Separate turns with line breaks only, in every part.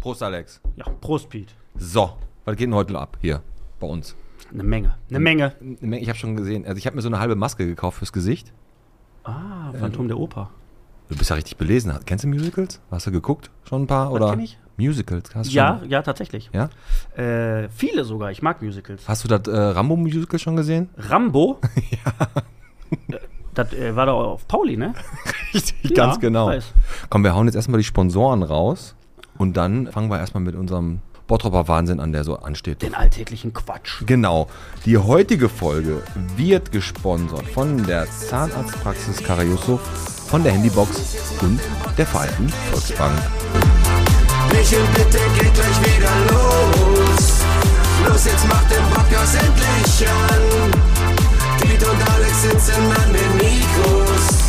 Prost, Alex.
Ja, Prost, Piet.
So, was geht denn heute ab hier bei uns?
Eine Menge. Eine Menge.
Eine Menge, Ich habe schon gesehen, also ich habe mir so eine halbe Maske gekauft fürs Gesicht.
Ah, Phantom der Oper.
Du bist ja richtig belesen. Kennst du Musicals? Hast du geguckt? Schon ein paar? oder
kenn ich?
Musicals? Hast du
Ja,
Schon,
ja, tatsächlich.
ja?
Äh, viele sogar. Ich mag Musicals.
Hast du das äh, Rambo-Musical schon gesehen?
Rambo? ja. Das äh, war doch auf Pauli, ne?
Richtig,
Ja,
ganz genau.
weiß.
Komm, wir hauen jetzt erstmal die Sponsoren raus und dann fangen wir erstmal mit unserem Bottropper Wahnsinn an, der so ansteht.
Den alltäglichen Quatsch.
Genau. Die heutige Folge wird gesponsert von der Zahnarztpraxis Cariusso, von der Handybox und der Vereinten Volksbank.
Michel, bitte geht gleich wieder los. Los, jetzt macht den Podcast endlich an. Piet und Alex sitzen an den Mikros.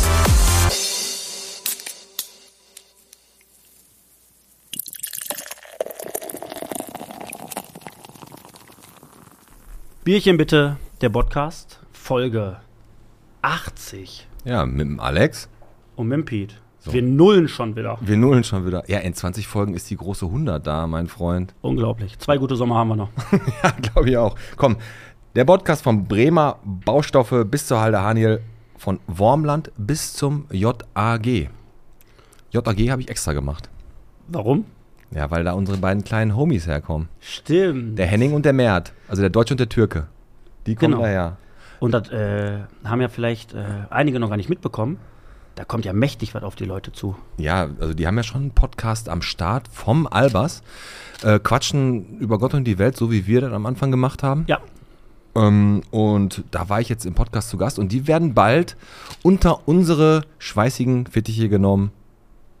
Bierchen bitte, der Podcast, Folge 80.
Ja, mit dem Alex.
Und mit dem Piet. Wir nullen schon wieder.
Wir nullen schon wieder. Ja, in 20 Folgen ist die große 100 da, mein Freund.
Unglaublich. Zwei gute Sommer haben wir noch.
Ja, glaube ich auch. Komm, der Podcast von Bremer Baustoffe bis zur Halde Haniel, von Wormland bis zum JAG. JAG habe ich extra gemacht.
Warum?
Ja, weil da unsere beiden kleinen Homies herkommen.
Stimmt.
Der Henning und der Mert, also der Deutsche und der Türke. Die kommen
Genau.
daher.
Und das äh, haben ja vielleicht äh, einige noch gar nicht mitbekommen. Da kommt ja mächtig was auf die Leute zu.
Ja, also die haben ja schon einen Podcast am Start vom Albers. Äh, quatschen über Gott und die Welt, so wie wir das am Anfang gemacht haben.
Ja,
Ähm, und da war ich jetzt im Podcast zu Gast und die werden bald unter unsere schweißigen Fittiche genommen.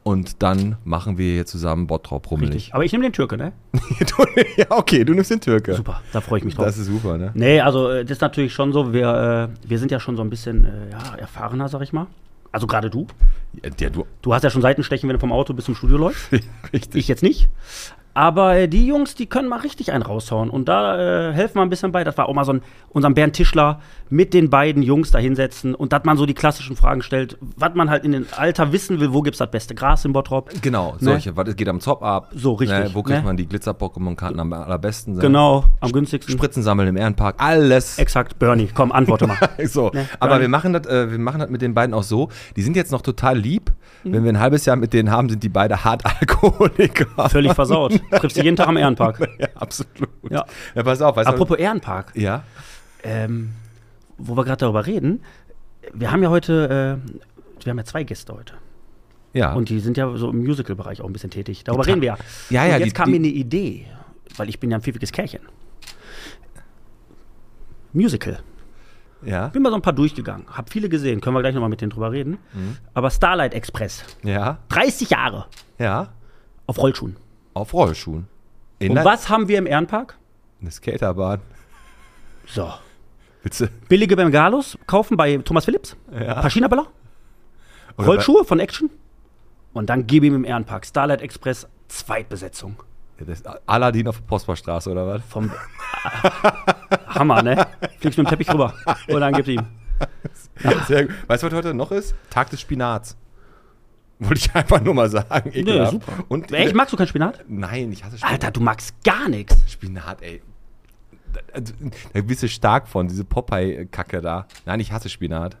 Und dann machen wir hier zusammen Bottrop rummelig.
richtig. Aber ich nehme den Türke, ne?
Du- ja, okay, du nimmst den Türke.
Super, da freue ich mich drauf.
Das ist super, ne?
nee, also äh, das ist natürlich schon so, wir, äh, wir sind ja schon so ein bisschen äh, ja, erfahrener, sag ich mal. Also gerade du.
Ja, der, du,
Du hast ja schon Seitenstechen, wenn du vom Auto bis zum Studio läufst.
richtig.
Ich jetzt nicht. Aber äh, die Jungs, die können mal richtig einen raushauen. Und da äh, helfen wir ein bisschen bei. Das war auch mal so ein, unseren Bernd Tischler mit den beiden Jungs da hinsetzen und dass man so die klassischen Fragen stellt, was man halt in dem Alter wissen will, wo gibt's das beste Gras in Bottrop. Ne?
Genau, solche. Was geht am Zop ab?
So, richtig,
Ne, wo kriegt
ne?
man die Glitzer-Pokémon-Karten am allerbesten? ne?
Genau, am günstigsten.
Hm. Spritzen sammeln im Ehrenpark, alles.
Exakt, Bernie, komm, antworte mal.
So,
Äh, Ne,
aber
Bernie.
wir machen das, äh, wir machen das mit den beiden auch so. Die sind jetzt noch total lieb.
Hm.
Wenn wir ein halbes Jahr mit denen haben, sind die beide hart Alkoholiker.
Völlig versaut. Triffst du jeden Tag am Ehrenpark.
Ja, absolut.
Ja.
pass auf, weißt
Apropos Ehrenpark.
du? Ja.
Ähm, wo wir gerade darüber reden, wir haben ja heute, äh, wir haben ja zwei Gäste heute.
Ja.
Und die sind ja so im Musical-Bereich auch ein bisschen tätig. Darüber
Die tra-
reden wir ja.
Ja, ja,
Und jetzt
die-
kam
die-
mir eine Idee, weil ich bin ja ein pfiffiges Kerlchen. Musical.
ja.
Bin mal so ein paar durchgegangen, hab viele gesehen, können wir gleich nochmal mit denen drüber reden.
Mhm.
Aber Starlight Express,
Ja.
30 Jahre
Ja.
auf Rollschuhen.
Auf Rollschuhen. In
Und
der-
Um was haben wir im Ehrenpark?
Eine Skaterbahn.
So.
Willst du?
Billige Bengalos kaufen bei Thomas Phillips.
Äh.
Ja. Paschinaböller.
Oder
Rollschuhe von Action. Und dann gib ihm im Ehrenpark. Starlight Express, Zweitbesetzung.
bei- Das ist Aladdin auf der Postbaustraße oder was?
Vom Hammer, ne? Fliegst mit dem Teppich rüber. Und dann gibt's ihm.
Sehr gut. Weißt du, was heute noch ist? Tag des Spinats. Wollte ich einfach nur mal sagen. Ekelhaft. Und
Echt, magst du kein Spinat?
Nein, ich hasse Spinat.
Alter, du magst gar nichts.
Spinat, ey. Da, also, da bist du stark von, diese Popeye-Kacke da. Nein, ich hasse Spinat.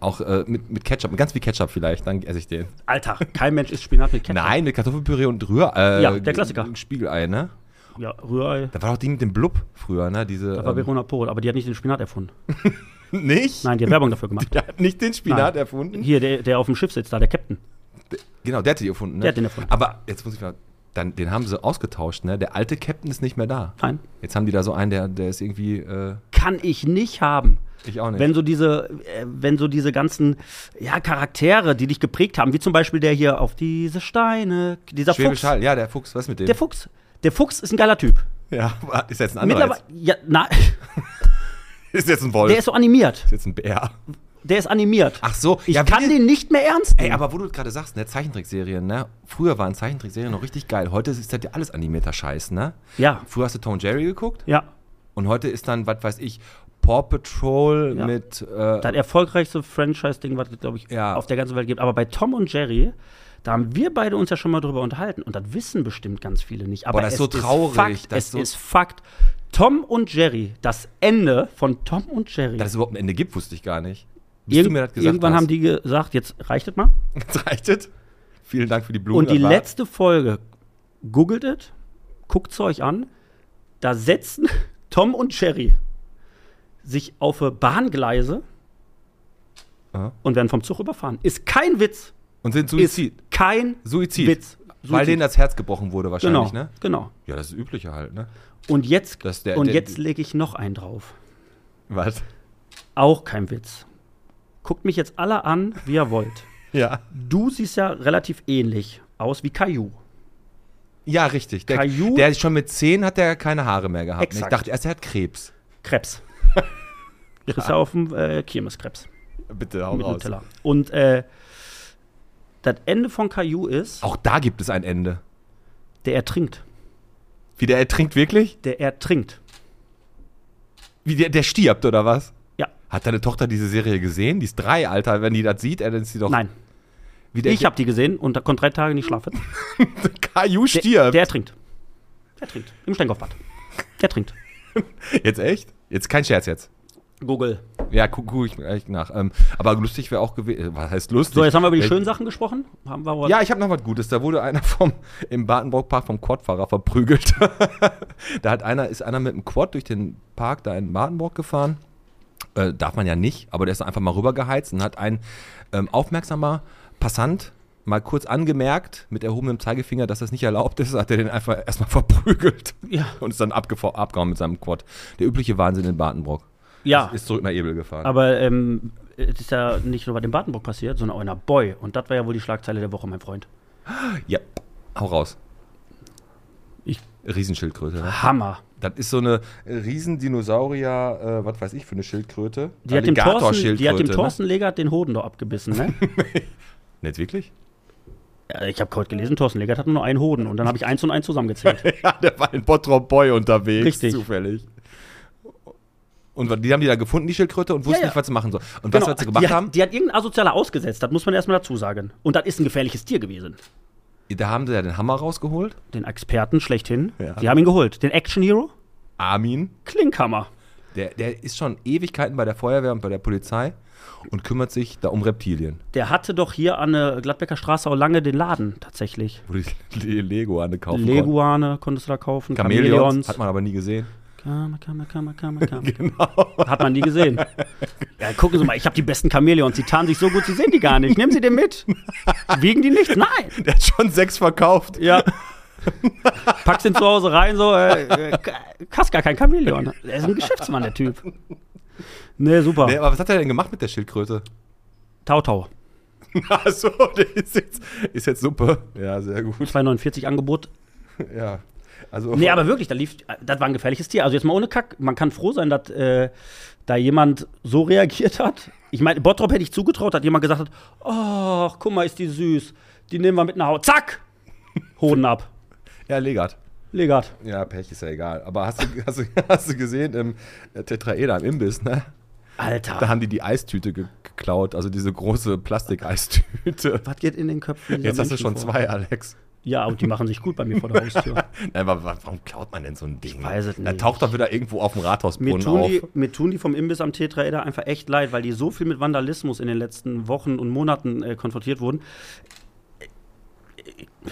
Auch äh, mit, mit Ketchup, mit ganz viel Ketchup vielleicht, dann esse ich den.
Alter, kein Mensch isst Spinat mit Ketchup.
Nein, mit Kartoffelpüree und Rühr. Äh,
Ja, der Klassiker.
Spiegelei, ne?
Ja, Rührei.
Da war doch die mit dem Blub früher, ne? Diese.
Das war
ähm,
Verona Pohl, aber die hat nicht den Spinat erfunden.
nicht?
Nein, die hat Werbung dafür gemacht.
Der hat nicht den Spinat
Nein.
erfunden.
Hier, der, der auf dem Schiff sitzt, da, der Captain.
Genau, der hat die erfunden, ne?
Der hat den erfunden.
Aber jetzt muss ich mal. Dann, den haben sie ausgetauscht, ne? Der alte Captain ist nicht mehr da.
Nein.
Jetzt haben die da so einen, der, der ist irgendwie. Äh,
Kann ich nicht haben.
ich auch nicht.
Wenn so diese, äh, wenn so diese ganzen ja, Charaktere, die dich geprägt haben, wie zum Beispiel der hier auf diese Steine, dieser
Schwäbisch
Fuchs.
Hall, ja, der Fuchs, was mit dem?
Der Fuchs. Der Fuchs ist ein geiler Typ.
ja, ist Genau, jetzt ein
Mittlerweile.
Anreiz.
Ja, na,
Ist jetzt ein Wolf.
der ist so animiert.
jetzt ein Bär.
Der ist animiert.
Ach so,
Ich
ja, wie
kann
die-
den nicht mehr ernst
Ey,
nehmen.
aber wo du gerade sagst, ne, Zeichentrickserien, ne? Früher waren Zeichentrickserien noch richtig geil. Heute ist das ja alles animierter Scheiß, ne?
Ja.
Früher hast du Tom und Jerry geguckt
Ja.
und heute ist dann, was weiß ich, Paw Patrol
Ja.
mit. Äh,
Das erfolgreichste Franchise-Ding, was es, glaube ich,
Ja.
auf der ganzen Welt gibt. Aber bei Tom und Jerry, Da haben wir beide uns ja schon mal drüber unterhalten und das wissen bestimmt ganz viele nicht. Aber
Boah, das
es
ist so traurig,
Fakt,
das
es
ist so-
ist Fakt. Tom und Jerry, das Ende von Tom und Jerry.
Dass es überhaupt ein Ende gibt, wusste ich gar nicht.
Irgend- irgendwann haben die gesagt, jetzt reicht es mal.
Das reicht es. Vielen Dank für die Blumen.
Und die
das war-
letzte Folge, googelt es, guckt es euch an, da setzen Tom und Jerry sich auf äh, Bahngleise
Aha.
und werden vom Zug überfahren. Ist kein Witz.
Und sind Suizid.
Ist kein
Suizid.
Witz.
Weil denen das Herz gebrochen wurde
genau,
wahrscheinlich, ne?
genau.
Ja, das ist üblicher halt, ne?
Und jetzt,
Das ist der-
und
der-
jetzt lege ich noch einen drauf.
Was?
Auch kein Witz. Guckt mich jetzt alle an, wie ihr wollt.
Ja.
Du siehst ja relativ ähnlich aus wie Caillou.
Ja, richtig. Der,
Caillou?
der ist schon mit 10 hat der keine Haare mehr gehabt. ne? Ich
Exakt.
dachte erst, er hat Krebs.
Krebs. Kriegst du auf dem äh, Kirmeskrebs.
Bitte, hau
mit Nutella. Und äh, das Ende von Caillou ist,
Auch da gibt es ein Ende.
der ertrinkt.
Wie der ertrinkt wirklich?
Der ertrinkt.
Wie der, der stirbt oder was?
Ja,
Hat deine Tochter diese Serie gesehen? Die ist drei, Alter. Wenn die das sieht, dann ist sie doch.
nein.
Wie der,
Ich habe die gesehen und da konnte drei Tage nicht schlafen.
Caillou
Der,
stirbt.
der ertrinkt. Der ertrinkt. Im Steinkopfbad. Der ertrinkt.
jetzt echt? Jetzt kein Scherz jetzt.
Google.
Ja, guck guck ich gleich nach. Ähm, aber lustig wäre auch gewesen. Was heißt lustig?
So, jetzt haben wir über die
Äh,
schönen Sachen gesprochen. Haben wir was?
Ja, ich habe noch was Gutes. Da wurde einer vom im Badenburg Park vom Quadfahrer verprügelt. da hat einer ist einer mit dem Quad durch den Park da in Badenburg gefahren. Äh, darf man ja nicht, aber der ist einfach mal rübergeheizt und hat ein ähm, aufmerksamer Passant mal kurz angemerkt mit erhobenem Zeigefinger, dass das nicht erlaubt ist, hat er den einfach erstmal verprügelt
Ja.
und ist dann abgefo- abgehauen mit seinem Quad. Der übliche Wahnsinn in Badenburg.
ja.
Ist zurück nach Ebel gefahren.
aber ähm, es ist ja nicht nur bei dem Badenburg passiert, sondern auch in der Boy. Und das war ja wohl die Schlagzeile der Woche, mein Freund.
ja, hau raus.
Ich-
Riesenschildkröte. Ne?
Hammer.
Das ist so eine Riesendinosaurier, äh, was weiß ich für eine Schildkröte.
Die hat, dem Thorsten, die hat dem
ne?
Thorsten Legert den Hoden da abgebissen, ne?
Nicht wirklich?
Ja, Ich habe heute gelesen, Thorsten Legert hat nur noch einen Hoden und dann habe ich eins und eins zusammengezählt.
ja, der war in Bottrop Boy unterwegs.
Richtig.
Zufällig. Und wa- die haben die da gefunden, die Schildkröte, und wussten
Ja, ja.
nicht, was sie machen soll. Und
Genau,
was sie gemacht
die, hat-
haben,
Die hat irgendein Asozialer ausgesetzt, das muss man erstmal dazu sagen. Und das ist ein gefährliches Tier gewesen.
da haben sie ja den Hammer rausgeholt.
Den Experten schlechthin.
Ja.
Die haben ihn geholt. Den Action Hero?
Armin,
Klinkhammer.
der, der ist schon Ewigkeiten bei der Feuerwehr und bei der Polizei und kümmert sich da um Reptilien.
Der hatte doch hier an der Gladbecker Straße auch lange den Laden tatsächlich.
Wo die Lego eine kaufen konnten.
Leguane konntest du da kaufen,
Chamäleons.
Chamäleons.
Hat Genau. man aber nie gesehen.
Kammer, Kammer, Kammer, Kammer, Kammer. Hat man nie gesehen. Ja, gucken Sie mal, ich habe die besten Chamäleons. Die tarnen sich so gut, Sie sehen die gar nicht. Nehmen Sie den mit. Wiegen die nicht? Nein.
Der hat schon sechs verkauft.
Ja. Packst ihn zu Hause rein, so, äh, äh, hast gar kein Chamäleon. Er ist ein Geschäftsmann, der Typ. Nee, super.
Nee, aber was hat er denn gemacht mit der Schildkröte?
Tautau.
Achso, der ist jetzt, ist jetzt Suppe. Ja, sehr gut.
249 Angebot.
Ja. Also,
Nee, aber wirklich, da lief, das war ein gefährliches Tier. Also jetzt mal ohne Kack. Man kann froh sein, dass äh, da jemand so reagiert hat. Ich meine, Bottrop hätte ich zugetraut, dass jemand gesagt hat, ach, guck mal, ist die süß. Die nehmen wir mit nach Hause. Zack! Hoden ab.
ja, Legat.
Legat.
Ja, Pech ist ja egal. Aber hast du, hast du, hast du gesehen, im Tetraeder im Imbiss, ne? Da
Alter.
haben die die Eistüte ge geklaut, also diese große Plastikeistüte.
Was geht in den Köpfen dieser
Jetzt hast du
Menschen
schon
vor?
zwei, Alex.
Ja, und die machen sich gut bei mir vor der Haustür.
Nein, aber wa- warum klaut man denn so ein Ding? Ich
weiß es
Da
nicht.
taucht doch wieder irgendwo auf dem
Mir
Rathausbrunnen
tun,
auf.
die, mir tun die vom Imbiss am Tetraeder einfach echt leid, weil die so viel mit Vandalismus in den letzten Wochen und Monaten äh, konfrontiert wurden. Äh,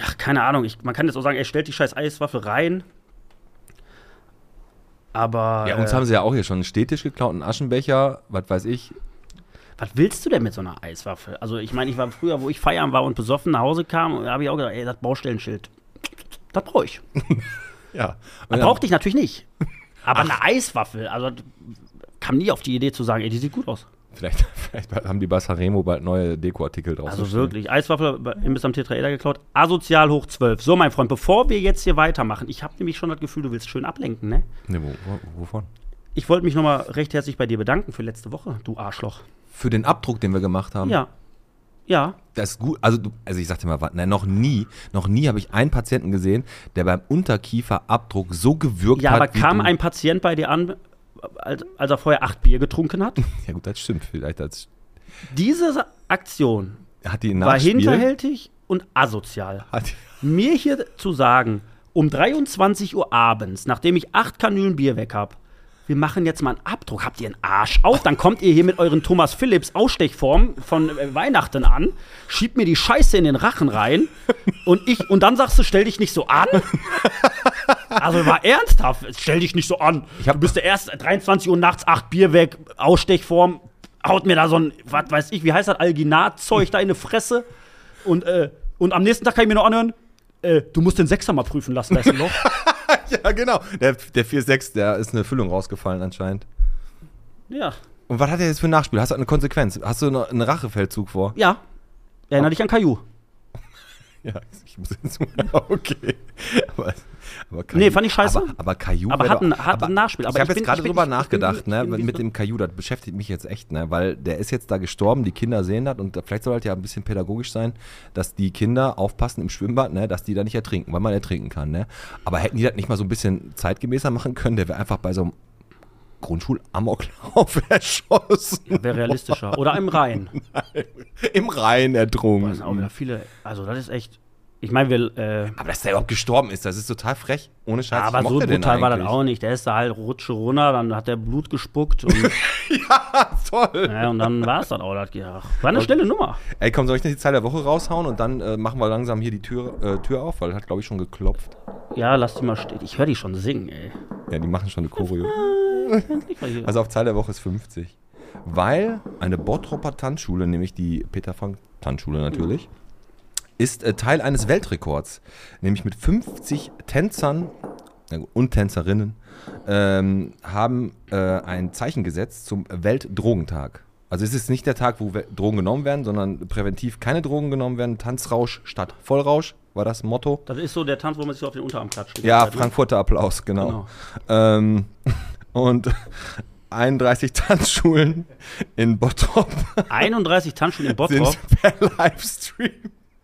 Ach, keine Ahnung, ich, man kann jetzt auch sagen, er stellt die scheiß Eiswaffe rein. Aber
Ja, uns
äh,
haben sie ja auch hier schon einen Stehtisch geklaut, einen Aschenbecher, was weiß ich.
was willst du denn mit so einer Eiswaffe? Also ich meine, ich war früher, wo ich feiern war und besoffen nach Hause kam, da habe ich auch gedacht, ey, das Baustellenschild, das brauche ich.
Ja.
Das
Und dann-
brauchte ich natürlich nicht. Aber eine Eiswaffe, also kam nie auf die Idee zu sagen, ey, die sieht gut aus.
Vielleicht, vielleicht haben die bei Sanremo bald neue Dekoartikel drauf.
Also wirklich, Eiswaffel bei- Imbiss am Tetraeder geklaut, asozial hoch 12. So, mein Freund, bevor wir jetzt hier weitermachen, ich habe nämlich schon das Gefühl, du willst schön ablenken, ne?
Nee, wo, wo, wovon?
Ich wollte mich nochmal recht herzlich bei dir bedanken für letzte Woche, du Arschloch.
Für den Abdruck, den wir gemacht haben.
Ja. Ja.
Das ist gut. Also, du, also ich sagte mal, was, nein, noch nie, noch nie habe ich einen Patienten gesehen, der beim Unterkieferabdruck so gewürgt
Ja,
hat.
aber
wie
kam
du.
ein Patient bei dir an, als, als er vorher acht Bier getrunken hat?
Ja gut, das stimmt. Vielleicht als
Diese Sa- Aktion
hat die
war
Nachspiel.
hinterhältig und asozial.
Hat,
Mir hier zu sagen, um 23 Uhr abends, nachdem ich acht Kanülen Bier weg habe, wir machen jetzt mal einen Abdruck. Habt ihr einen Arsch auf? Dann kommt ihr hier mit euren Thomas Phillips Ausstechformen von äh, Weihnachten an, schiebt mir die Scheiße in den Rachen rein und ich und dann sagst du, stell dich nicht so an. Also war ernsthaft, stell dich nicht so an.
Ich hab-
du bist der erst 23 Uhr nachts acht Bier weg, Ausstechform, haut mir da so ein, was weiß ich, wie heißt das, Alginat-Zeug da in die Fresse. Und, äh, und am nächsten Tag kann ich mir noch anhören, äh, du musst den Sechser mal prüfen lassen, da ist ein Loch.
ja, genau. Der, der 4-6, der ist eine Füllung rausgefallen anscheinend.
ja.
Und was hat er jetzt für ein Nachspiel? Hast du eine Konsequenz? Hast du noch einen Rachefeldzug vor?
Ja. Erinner dich an Caillou.
Ja, ich muss jetzt Okay. Aber, aber Caillou,
Nee, fand ich scheiße.
Aber, aber Caillou
Aber
wär
hat ein- hat ein Nachspiel, aber
ich
ich
habe jetzt
bin-
gerade
ich bin-
drüber
ich bin
nachgedacht, ne,
irgendwie
mit
so-
dem Caillou, das beschäftigt mich jetzt echt, ne, weil der ist jetzt da gestorben, die Kinder sehen das und da- vielleicht soll halt ja ein bisschen pädagogisch sein, dass die Kinder aufpassen im Schwimmbad, ne, dass die da nicht ertrinken, weil man ertrinken kann, ne. Aber hätten die das nicht mal so ein bisschen zeitgemäßer machen können, der wäre einfach bei so einem Grundschul-Amoklauf erschossen,
Wäre realistischer. Oder im Rhein.
im Rhein
Da
ertrunken.
sind auch wieder viele. Also, das ist echt. Ich meine, wir. Äh,
Aber dass der überhaupt gestorben ist, das ist total frech. Ohne Scheiß. ich
aber so
mochte den
brutal war das
eigentlich.
auch nicht. Der ist da halt rutsche runter, dann hat der Blut gespuckt und,
Toll.
ja, und dann war es dann auch. Das ja, war eine schnelle Nummer.
Ey, komm, soll ich nicht die Zahl der Woche raushauen und dann äh, machen wir langsam hier die Tür, äh, Tür auf, weil hat, glaube ich, schon geklopft.
Ja, lass die mal stehen. Ich höre die schon singen, ey.
Ja, die machen schon eine Choreo. Also auf Zahl der Woche ist 50. Weil eine Bottropper Tanzschule, nämlich die Peter Frank Tanzschule natürlich, ist äh, Teil eines Weltrekords. Nämlich mit 50 Tänzern na gut, und Tänzerinnen ähm, haben äh, ein Zeichen gesetzt zum Weltdrogentag. Also es ist nicht der Tag, wo We- Drogen genommen werden, sondern präventiv keine Drogen genommen werden. Tanzrausch statt Vollrausch war das Motto.
Das ist so der Tanz, wo man sich auf den Unterarm klatscht.
Ja, Frankfurter Applaus, genau. Ähm, und 31 Tanzschulen in Bottrop
31 Tanzschulen in Bottrop.
sind per Livestream.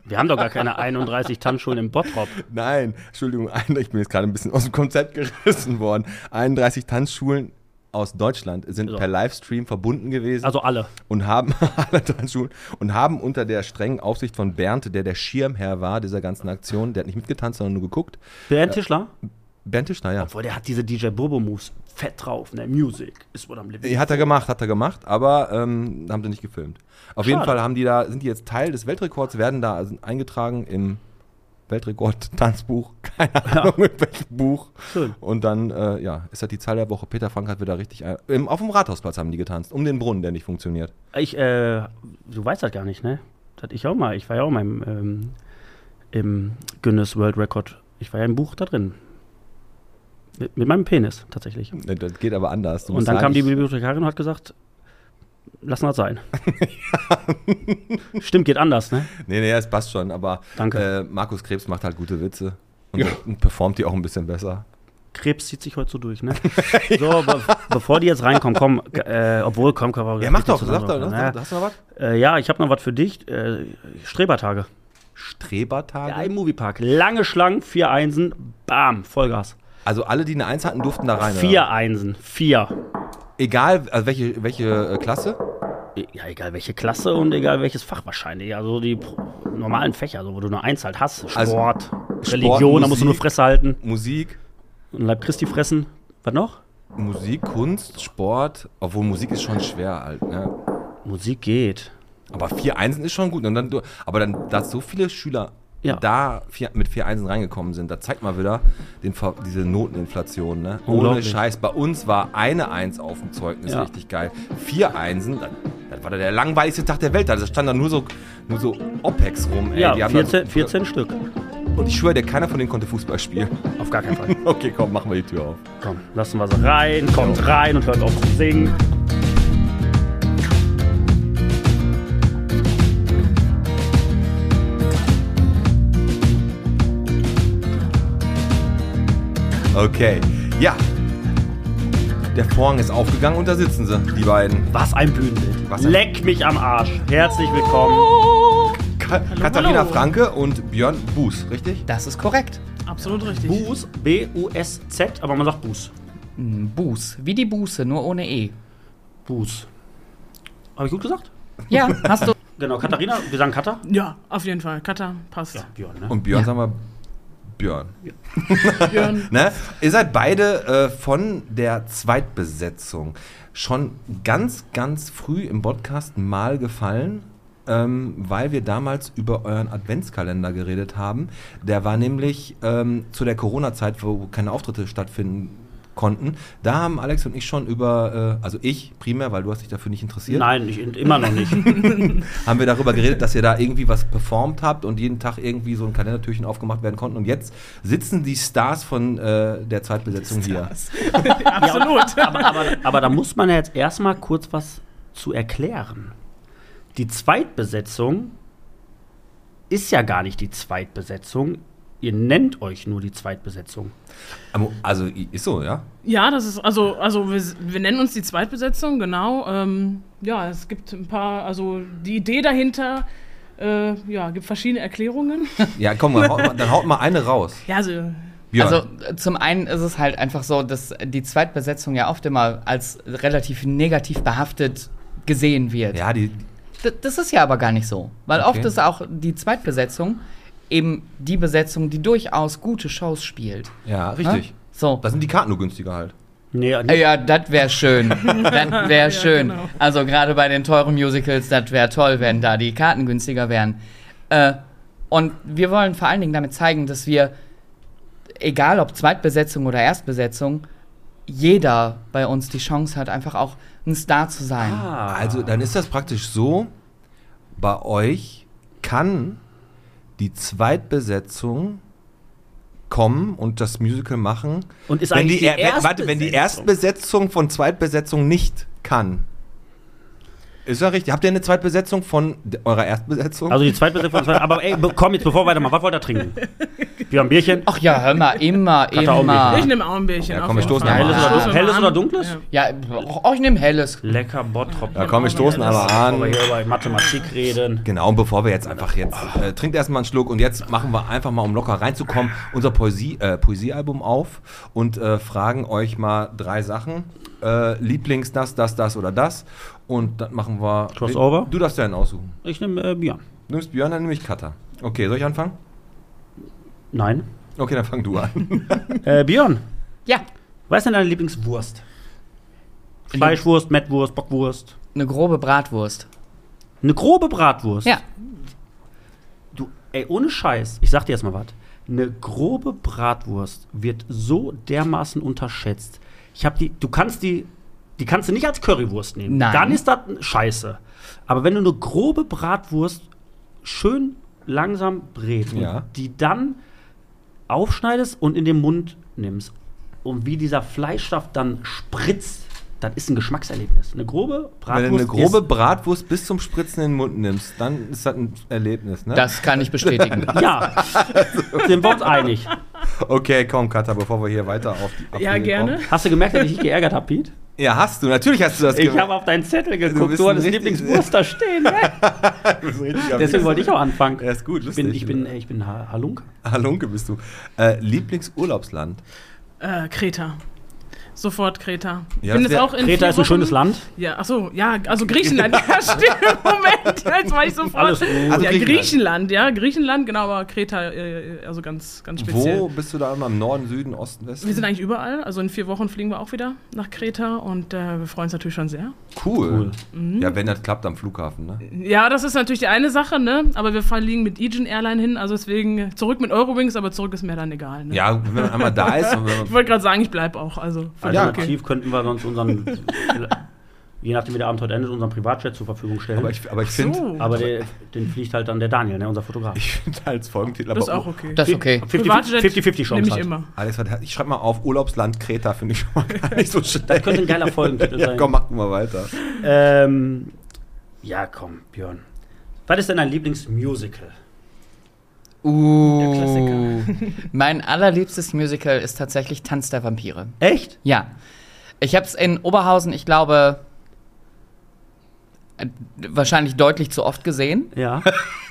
Wir haben doch gar keine 31 Tanzschulen in Bottrop.
Nein, Entschuldigung, ein- ich bin jetzt gerade ein bisschen aus dem Konzept gerissen worden. 31 Tanzschulen aus Deutschland sind
So.
per Livestream verbunden gewesen
Also alle.
und haben alle Tanzschulen und haben unter der strengen Aufsicht von Bernd, der der Schirmherr war dieser ganzen Aktion, der hat nicht mitgetanzt, sondern nur geguckt.
Bernd Tischler?
Bernd Tischner, ja.
Obwohl, der hat diese DJ Bobo-Moves fett drauf, ne? Music ist what I'm living.
Ja, Hat er gemacht, hat er gemacht, aber ähm, haben sie nicht gefilmt. Auf jeden
Schade.
Fall haben die da, sind die jetzt Teil des Weltrekords, werden da also eingetragen im Weltrekord-Tanzbuch, keine Ahnung, in welchem Buch.
Schön.
Und dann, äh, ja, ist das die Zahl der Woche. Peter Frank hat wieder richtig. Ein, im, auf dem Rathausplatz haben die getanzt, um den Brunnen, der nicht funktioniert.
Ich, äh, du weißt das gar nicht, ne? Das ich auch mal, ich war ja auch mal im, ähm, im Guinness World Record. Ich war ja im Buch da drin. Mit, mit meinem Penis, tatsächlich.
Ne, Das geht aber anders. Du
Und
musst
dann kam
sagen,
die
ich-
Bibliothekarin und hat gesagt, lassen wir das sein. Stimmt, geht anders, ne?
Nee, nee, es passt schon, aber
Danke.
Äh, Markus Krebs macht halt gute Witze. Und, und performt die auch ein bisschen besser.
Krebs zieht sich heute so durch, ne? So, be bevor die jetzt reinkommen, komm, äh, obwohl, komm, komm, komm.
Ja, mach doch, sag
zusammen-
doch,
Naja.
sag doch, hast du noch was?
Äh, ja, ich habe noch was für dich. Äh, Strebertage.
Strebertage?
Ja, im Moviepark. Lange Schlangen, vier Einsen, bam, Vollgas.
Also alle, die eine Eins hatten, durften da rein. oder?
Vier Einsen, vier.
Egal, also welche, welche äh, Klasse?
E, Ja, egal welche Klasse und egal welches Fach wahrscheinlich. Also die pro- normalen Fächer, so, wo du nur eins halt hast. Sport,
Also,
Religion, da musst du nur
Musik.
Fresse halten.
Musik,
Und Leib Christi fressen. Was noch?
Musik, Kunst, Sport. Obwohl Musik ist schon schwer halt, ne?
Musik geht.
Aber vier Einsen ist schon gut. Und dann, du- aber dann, dass so viele Schüler
Ja.
da vier, mit vier Einsen reingekommen sind, da zeigt mal wieder den, Ver- diese Noteninflation, ne? Ohne
Unglaublich.
Scheiß. Bei uns war eine Eins auf dem Zeugnis
Ja.
richtig geil. Vier Einsen, das, das war da der langweiligste Tag der Welt. Da stand da nur so, nur so OPEX rum, ey.
ja,
da-
14, 14 Stück.
Und ich schwöre dir, keiner von denen konnte Fußball spielen.
Auf gar keinen Fall.
Okay, komm, machen wir die Tür auf.
Komm, lassen wir sie rein. Kommt rein und hört auf zu singen.
Okay, ja. Der Vorhang ist aufgegangen und da sitzen sie, die beiden.
Was ein Bühnenbild.
Was ein-
Leck mich am Arsch. Herzlich willkommen.
Ka Katharina
hallo.
Franke und Björn Buß, richtig?
Das ist korrekt. Absolut richtig.
Buß, B-U-S-Z, aber man sagt Buß.
Buß. Wie die Buße, nur ohne E.
Buß. Habe ich gut gesagt?
Ja, hast du.
Genau, Katharina, wir sagen Katha.
Ja, auf jeden Fall. Cutter, passt.
Ja, Björn, ne?
Und Björn, sagen wir Björn.
Björn.
Ne? Ihr seid beide äh, von der Zweitbesetzung schon ganz, ganz früh im Podcast mal gefallen, ähm, weil wir damals über euren Adventskalender geredet haben. Der war nämlich ähm, zu der Corona-Zeit, wo keine Auftritte stattfinden konnten. Da haben Alex und ich schon über, äh, also ich primär, weil du hast dich dafür nicht interessiert,
Nein, ich, immer noch nicht.
haben wir darüber geredet, dass ihr da irgendwie was performt habt und jeden Tag irgendwie so ein Kalendertürchen aufgemacht werden konnten. Und jetzt sitzen die Stars von äh, der Zeitbesetzung hier.
Absolut.
aber, aber, aber da muss man ja jetzt erstmal kurz was zu erklären. Die Zweitbesetzung ist ja gar nicht die Zweitbesetzung. Ihr nennt euch nur die Zweitbesetzung.
Aber- Also i- ist so, ja?
Ja, das ist, also, also wir, wir nennen uns die Zweitbesetzung, genau. Ähm, ja, es gibt ein paar, also die Idee dahinter, äh, ja, gibt verschiedene Erklärungen.
Ja, komm, dann haut, mal- dann haut mal eine raus.
ja, also,
Björn.
Also äh, zum einen ist es halt einfach so, dass die Zweitbesetzung ja oft immer als relativ negativ behaftet gesehen wird.
ja, die,
D- Das ist ja aber gar nicht so, weil
Okay.
oft ist auch die Zweitbesetzung eben die Besetzung, die durchaus gute Shows spielt.
ja,
ne?
richtig.
So.
Da sind die Karten nur günstiger halt.
Nee,
Äh, ja, das wäre schön. Das wäre schön.
genau.
Also gerade bei den teuren Musicals, das wäre toll, wenn da die Karten günstiger wären. Äh, und wir wollen vor allen Dingen damit zeigen, dass wir, egal ob Zweitbesetzung oder Erstbesetzung, jeder bei uns die Chance hat, einfach auch ein Star zu sein.
Also dann ist das praktisch so, bei euch kann die Zweitbesetzung kommen und das Musical machen.
Und ist
wenn
eigentlich
die,
die
er- wenn- warte, wenn die Erstbesetzung von Zweitbesetzung nicht kann. Ist ja richtig. Habt ihr eine Zweitbesetzung von d- eurer Erstbesetzung?
also die Zweitbesetzung. Aber ey, be- komm jetzt, bevor wir weitermachen, was wollt ihr trinken? Wir haben Bierchen.
Ach ja, hör mal, immer,
Hat er auch ne?
immer.
ich nehme auch ein Bierchen.
Ja,
auf
komm, wir
jeden
stoßen
Fall.
einmal
Ja,
an.
stoßen wir
Helles
mal
oder
an.
dunkles?
Ja.
Ja, oh, ich nehme helles.
Lecker Bottrop.
ja, komm, wir stoßen aber
Bevor wir
an.
hier über Mathematik reden.
Genau, und bevor wir jetzt einfach jetzt,
Oh.
äh, trinkt erstmal einen Schluck und jetzt machen wir einfach mal, um locker reinzukommen, unser Poesie, äh, Poesiealbum auf und äh, fragen euch mal drei Sachen. Äh, Lieblings, das, das, das oder das. Und dann machen wir.
Crossover?
Du darfst dir einen aussuchen.
Ich nehme äh, Bier.
Du nimmst Björn, dann nehme ich Cutter. Okay, soll ich anfangen?
Nein.
Okay, dann fang du an.
Äh, Björn,
Ja,
was ist denn deine Lieblingswurst? Fleischwurst, Mettwurst, Bockwurst.
eine grobe Bratwurst.
Eine grobe Bratwurst.
Ja,
Du, ey, ohne Scheiß, ich sag dir jetzt mal was. Eine grobe Bratwurst wird so dermaßen unterschätzt. Ich hab die, du kannst die, die kannst du nicht als Currywurst nehmen.
Nein.
Dann ist das scheiße. Aber wenn du eine grobe Bratwurst schön langsam brätst
Ja.
und die dann aufschneidest und in den Mund nimmst und wie dieser Fleischstoff dann spritzt, das ist ein Geschmackserlebnis. Eine grobe
Wenn
Bratwurst.
du eine grobe
ist,
Bratwurst bis zum Spritzen in den Mund nimmst, dann ist das ein Erlebnis, ne?
das kann ich bestätigen.
ja, sind wir uns einig.
Okay, komm, Cutter, bevor wir hier weiter auf die
Ja,
Abwege
gerne.
kommen.
Hast du gemerkt, dass ich dich geärgert habe, Piet?
Ja, hast du. Natürlich hast du das
Ich habe auf deinen Zettel geguckt,
bist
du
ein
hattest
richtig-
Lieblingswurst da stehen. ne? Deswegen wollte ich auch anfangen.
Er ist gut,
ich
lustig.
bin, ich bin, äh, ich bin Ha- Halunk.
Halunke bist du. Äh, Lieblingsurlaubsland.
Äh, Kreta. Sofort Kreta.
Ja,
Bin
das
jetzt
wär-
auch
Kreta
in Äh, vier
ist ein
Wochen-
schönes Land.
Ja, ach so, ja, also Griechenland. ja, stimmt. Moment, jetzt war ich sofort.
Alles gut.
Also
ja,
Griechenland.
Griechenland. ja, Griechenland, genau, aber Kreta, äh, also ganz, ganz speziell.
Wo bist du da immer? Im Norden, Süden, Osten, Westen?
Wir sind eigentlich überall. Also in vier Wochen fliegen wir auch wieder nach Kreta und äh, wir freuen uns natürlich schon sehr.
cool. Ja, wenn das klappt am Flughafen, ne?
Ja, das ist natürlich die eine Sache, ne? Aber wir fliegen mit Aegean Airline hin, also deswegen zurück mit Eurowings, aber zurück ist mir dann egal. Ne?
Ja, wenn man einmal da ist. und Wenn
Ich
man,
wollte gerade sagen, ich bleib auch. Also, völlig
Ja,
Alternativ könnten wir sonst unseren, je nachdem wie der Abend heute endet, unseren Privatjet zur Verfügung stellen.
aber ich, aber ich finde
so.
Aber der, den fliegt halt dann der Daniel, ne, unser Fotograf.
ich find als Folgentitel aber.
Das ist auch okay.
Das ist okay.
50-50 50-50
nehme
Chance.
ich
halt.
immer.
Alex, was- ich schreibe mal auf Urlaubsland Kreta, finde ich schon mal gar nicht so schlecht. Das
Könnte ein geiler Folgentitel
ja,
sein.
komm, mach du mal weiter.
Ähm, ja, komm, Björn. Was ist denn dein Lieblingsmusical?
Uh, mein allerliebstes Musical ist tatsächlich Tanz der Vampire.
Echt?
Ja. Ich habe es in Oberhausen, ich glaube, äh, wahrscheinlich deutlich zu oft gesehen.
Ja.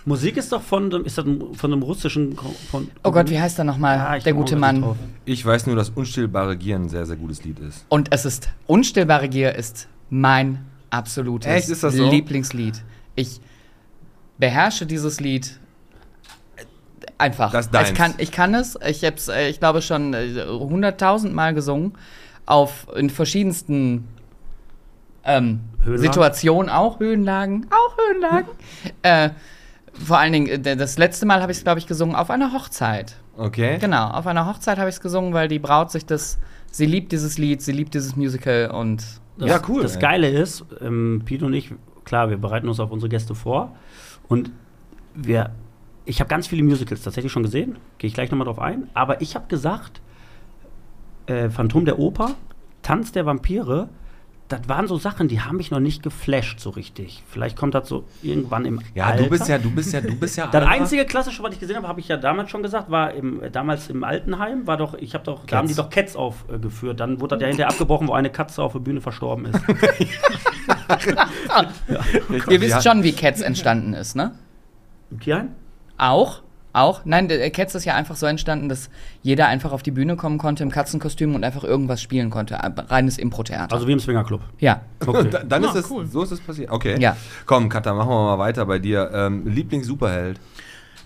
Musik ist doch von, dem- ist das ein- von einem russischen. Ko- Von,
Oh Gott, wie heißt er nochmal?
Ah, ich
der
komm auch
gute
gar nicht
Mann.
drauf.
Ich weiß nur, dass Unstillbare Gier ein sehr, sehr gutes Lied ist.
Und es ist Unstillbare Gier ist mein absolutes
Echt, ist das so?
Lieblingslied. Ich beherrsche dieses Lied einfach.
Das ist deins.
Ich kann, ich kann es. Ich habe es, ich glaube, schon äh, hunderttausend Mal gesungen. Auf, in verschiedensten ähm,
Höhenlagen?
Situationen auch. Höhenlagen. Auch Höhenlagen. äh, vor allen Dingen, äh, das letzte Mal habe ich es, glaube ich, gesungen auf einer Hochzeit.
Okay.
Genau, auf einer Hochzeit habe ich es gesungen, weil die Braut sich das, sie liebt dieses Lied, sie liebt dieses Musical und
Das,
Ja, cool,
Das
ey.
Geile ist, ähm, Pete und ich, klar, wir bereiten uns auf unsere Gäste vor. Und wir, ich habe ganz viele Musicals tatsächlich schon gesehen. Gehe ich gleich nochmal drauf ein. Aber ich habe gesagt, äh, Phantom der Oper, Tanz der Vampire, das waren so Sachen, die haben mich noch nicht geflasht so richtig. Vielleicht kommt das so irgendwann im
Ja,
Alter.
du bist ja, du bist ja, du bist ja.
Das
Alter.
einzige klassische, was ich gesehen habe, habe ich ja damals schon gesagt, war im, äh, damals im Altenheim, war doch, ich habe doch, da haben die
Cats.
doch Cats aufgeführt. Dann wurde das ja hinterher abgebrochen, wo eine Katze auf der Bühne verstorben ist.
ihr
Ja.
wisst schon, wie Cats entstanden ist, ne?
Kian?
Auch, auch. Nein, der äh, Cats ist ja einfach so entstanden, dass jeder einfach auf die Bühne kommen konnte im Katzenkostüm und einfach irgendwas spielen konnte. Äh, Reines Impro-Theater.
Also wie im Swingerclub.
ja.
Okay.
Da, dann ist
Ah,
es,
cool.
so ist es passiert. Okay.
Ja.
Komm, Katha, machen wir mal weiter bei dir. Ähm, Lieblings-Superheld.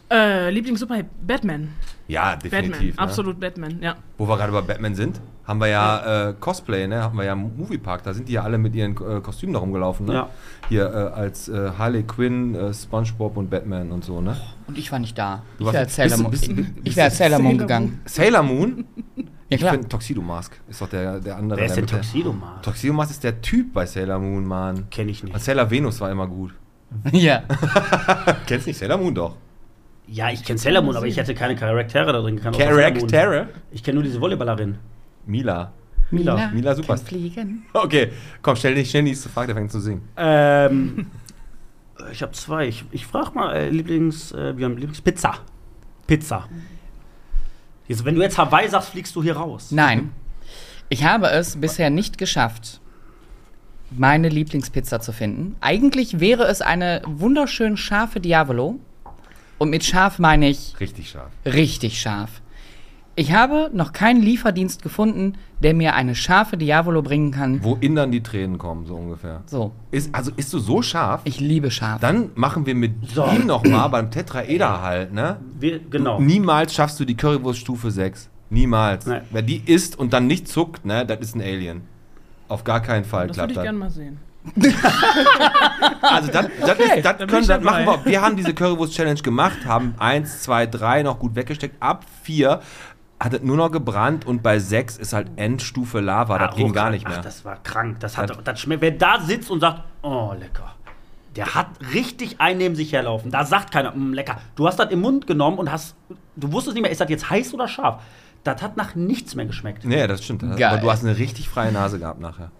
Äh, Lieblings-Superheld, Batman.
Ja,
Batman,
definitiv. ne?
absolut Batman, ja.
Wo wir gerade bei Batman sind, haben wir ja äh, Cosplay, ne? Haben wir ja im Moviepark. Da sind die ja alle mit ihren äh, Kostümen da rumgelaufen, ne?
Ja.
Hier äh, als äh, Harley Quinn, äh, SpongeBob und Batman und so, ne?
Und ich war nicht da.
Du
ich wäre
warst-
als Sailor
bist du-
Moon,
bist du-
ich-
bist
ich
du-
wär als Sailor
Sailor
Moon
Moon?
gegangen.
Sailor Moon?
Ja,
Ich
klar.
bin Tuxedo Mask. Ist doch der, der andere.
Wer ist
der
denn
mit der-
Tuxedo Mask?
Tuxedo Mask ist der Typ bei Sailor Moon, Mann.
Kenn ich
Und
nicht.
Sailor Venus war immer gut.
ja.
Kennst nicht Sailor Moon doch?
Ja, ich kenne Sailor Moon, aber ich hätte keine Charaktere da drin gekannt. außer Sailor Moon.
Charaktere?
Ich kenne nur diese Volleyballerin.
Mila.
Mila.
Mila
kann
Superstar.
fliegen.
Okay, komm, stell dich schnell die nächste Frage, der fängt zu singen.
Ähm, ich habe zwei. Ich, ich frage mal, äh, Lieblings, äh, wir haben Lieblingspizza. Pizza. Jetzt, wenn du jetzt Hawaii sagst, fliegst du hier raus.
Nein. Ich habe es bisher nicht geschafft, meine Lieblingspizza zu finden. Eigentlich wäre es eine wunderschön scharfe Diavolo. Und mit scharf meine ich
Richtig scharf.
richtig scharf. Ich habe noch keinen Lieferdienst gefunden, der mir eine scharfe Diavolo bringen kann.
Wo Indern die Tränen kommen, so ungefähr.
So,
Ist, also ist du so scharf?
ich liebe scharf.
Dann machen wir mit
So.
ihm nochmal beim Tetraeder halt, ne?
Wir, genau.
Niemals schaffst du die Currywurststufe 6. Niemals.
Nein.
Wer die isst und dann nicht zuckt, ne, das ist ein Alien. Auf gar keinen Fall
Das
klappt
würde ich
das.
gerne mal sehen.
Also das, das, ist, das,
dann bin
können,
ich
das machen wir.
dabei.
Wir haben diese Currywurst-Challenge gemacht, haben 1, 2, 3 noch gut weggesteckt. Ab 4 hat es nur noch gebrannt und bei 6 ist halt Endstufe Lava. Das
Ah,
ging
hoch-
gar nicht mehr.
Ach, das war krank. Das hat, das schmeckt, wer da sitzt und sagt, oh, lecker. Der hat richtig einnehmen sich herlaufen. Da sagt keiner, "Mm, lecker. Du hast das im Mund genommen und hast, du wusstest nicht mehr, ist das jetzt heiß oder scharf? Das hat nach nichts mehr geschmeckt.
nee, das stimmt. Das,
Geil.
aber du hast eine richtig freie Nase gehabt nachher.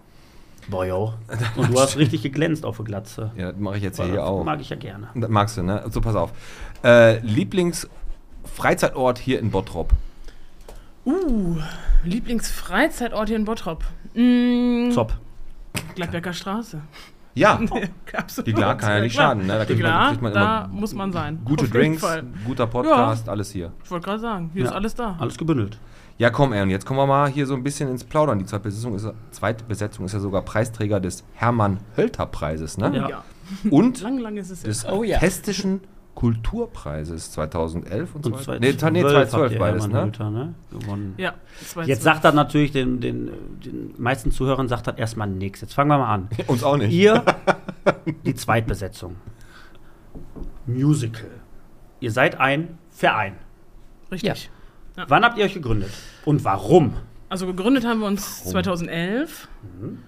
Boah, jo. Und du hast richtig geglänzt auf der Glatze.
Ja, das mache ich jetzt
Boah,
hier
das
auch.
mag ich ja gerne.
Das magst du, ne? So, pass auf. Äh, Lieblings-Freizeitort hier in Bottrop.
Uh, Lieblingsfreizeitort hier in Bottrop. Mm,
Zop.
Gladbecker Straße.
Ja,
Absolut.
die klar kann ja nicht
klar.
schaden, ne? Da kriegt man,
Klar,
kriegt man
da
immer
muss man sein.
gute
Auf jeden
Drinks,
Fall.
guter Podcast, alles hier.
Ich wollte gerade sagen, hier
Ja.
ist alles da.
Alles gebündelt.
Ja, komm, ey, und jetzt kommen wir mal hier so ein bisschen ins Plaudern. Die Zweitbesetzung ist, Zweitbesetzung ist ja sogar Preisträger des Hermann-Hölter-Preises, ne?
Ja.
ja.
Und
Lang, lang ist es jetzt.
des
Oh ja.
Hessischen Kulturpreises 2011 und,
Und
2012. Nee, 2012
hat
beides,
Hermann
ne?
Hülter, ne? Gewonnen.
Ja, zwei,
Jetzt
zwei.
sagt das natürlich den, den, den meisten Zuhörern sagt das erstmal nichts. Jetzt fangen wir mal an.
Uns auch nicht.
Ihr, die Zweitbesetzung. Musical. Ihr seid ein Verein.
Richtig.
Wann habt ihr euch gegründet? Und warum?
Also gegründet haben wir uns 2011.
Mhm.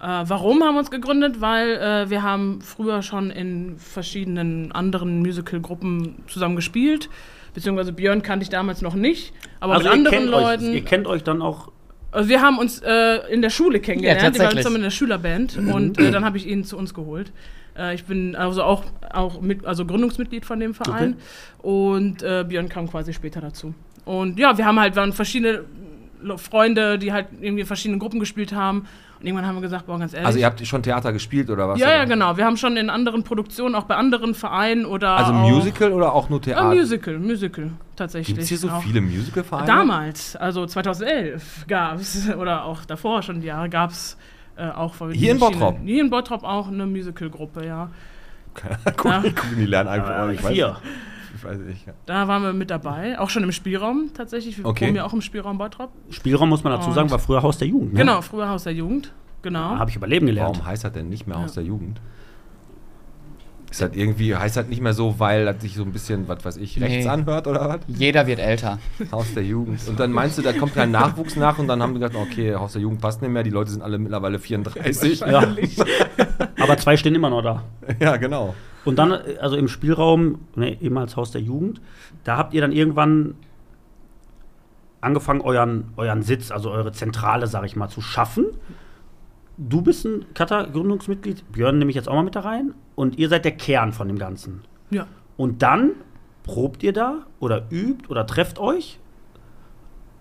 Äh, warum haben wir uns gegründet? Weil äh, wir haben früher schon in verschiedenen anderen Musical-Gruppen zusammen gespielt. Beziehungsweise Björn kannte ich damals noch nicht, aber mit
Also ihr
anderen
kennt,
Leuten.
euch, ihr kennt euch dann auch.
also wir haben uns äh, in der Schule kennengelernt,
Ja,
wir waren
tatsächlich.
zusammen in der Schülerband und äh, dann habe ich ihn zu uns geholt. Äh, ich bin also auch, auch mit, also Gründungsmitglied von dem Verein und äh, Björn kam quasi später dazu. Und ja, wir haben halt waren verschiedene Lo- Freunde, die halt irgendwie in verschiedenen Gruppen gespielt haben und irgendwann haben wir gesagt, boah, ganz ehrlich.
Also ihr habt schon Theater gespielt oder was?
ja, ja,
Oder?
genau. Wir haben schon in anderen Produktionen, auch bei anderen Vereinen oder
Also
auch,
Musical oder auch nur Theater?
Ja, Musical, Musical tatsächlich.
Gibt es hier so
auch.
viele Musical-Vereine?
Damals, also 2011 gab es, oder auch davor schon die Jahre, gab es äh, auch von
Hier in Bottrop?
Hier in Bottrop auch eine Musical-Gruppe, ja.
keine Ahnung. Ich gucke die Lerneinführung.
Äh,
ich, weiß-
vier.
ich weiß nicht. ja.
Da waren wir mit dabei, auch schon im Spielraum tatsächlich. Wir
Okay.
proben ja auch im Spielraum Bottrop.
Spielraum muss man dazu
Und-
sagen, war früher Haus der Jugend. Ne?
Oh. Genau, früher Haus der Jugend. Genau.
Habe ich überleben gelernt.
Warum heißt das denn nicht mehr Haus der Jugend? Ist das irgendwie, heißt das nicht mehr so, weil das sich so ein bisschen, was weiß ich, rechts
Nee.
anhört oder was?
Jeder wird älter.
Haus der Jugend. Und dann meinst du, da kommt kein Nachwuchs nach und dann haben die gedacht, okay, Haus der Jugend passt nicht mehr, die Leute sind alle mittlerweile 34. Ja,
Ja. Aber zwei stehen immer noch da.
genau.
Und dann, äh, also im Spielraum, ne, ehemals Haus der Jugend, da habt ihr dann irgendwann angefangen, euren, euren Sitz, also eure Zentrale, sag ich mal, zu schaffen. Du bist ein Cutter-Gründungsmitglied, Björn nehme ich jetzt auch mal mit da rein. Und ihr seid der Kern von dem Ganzen.
Ja.
Und dann probt ihr da oder übt oder trefft euch.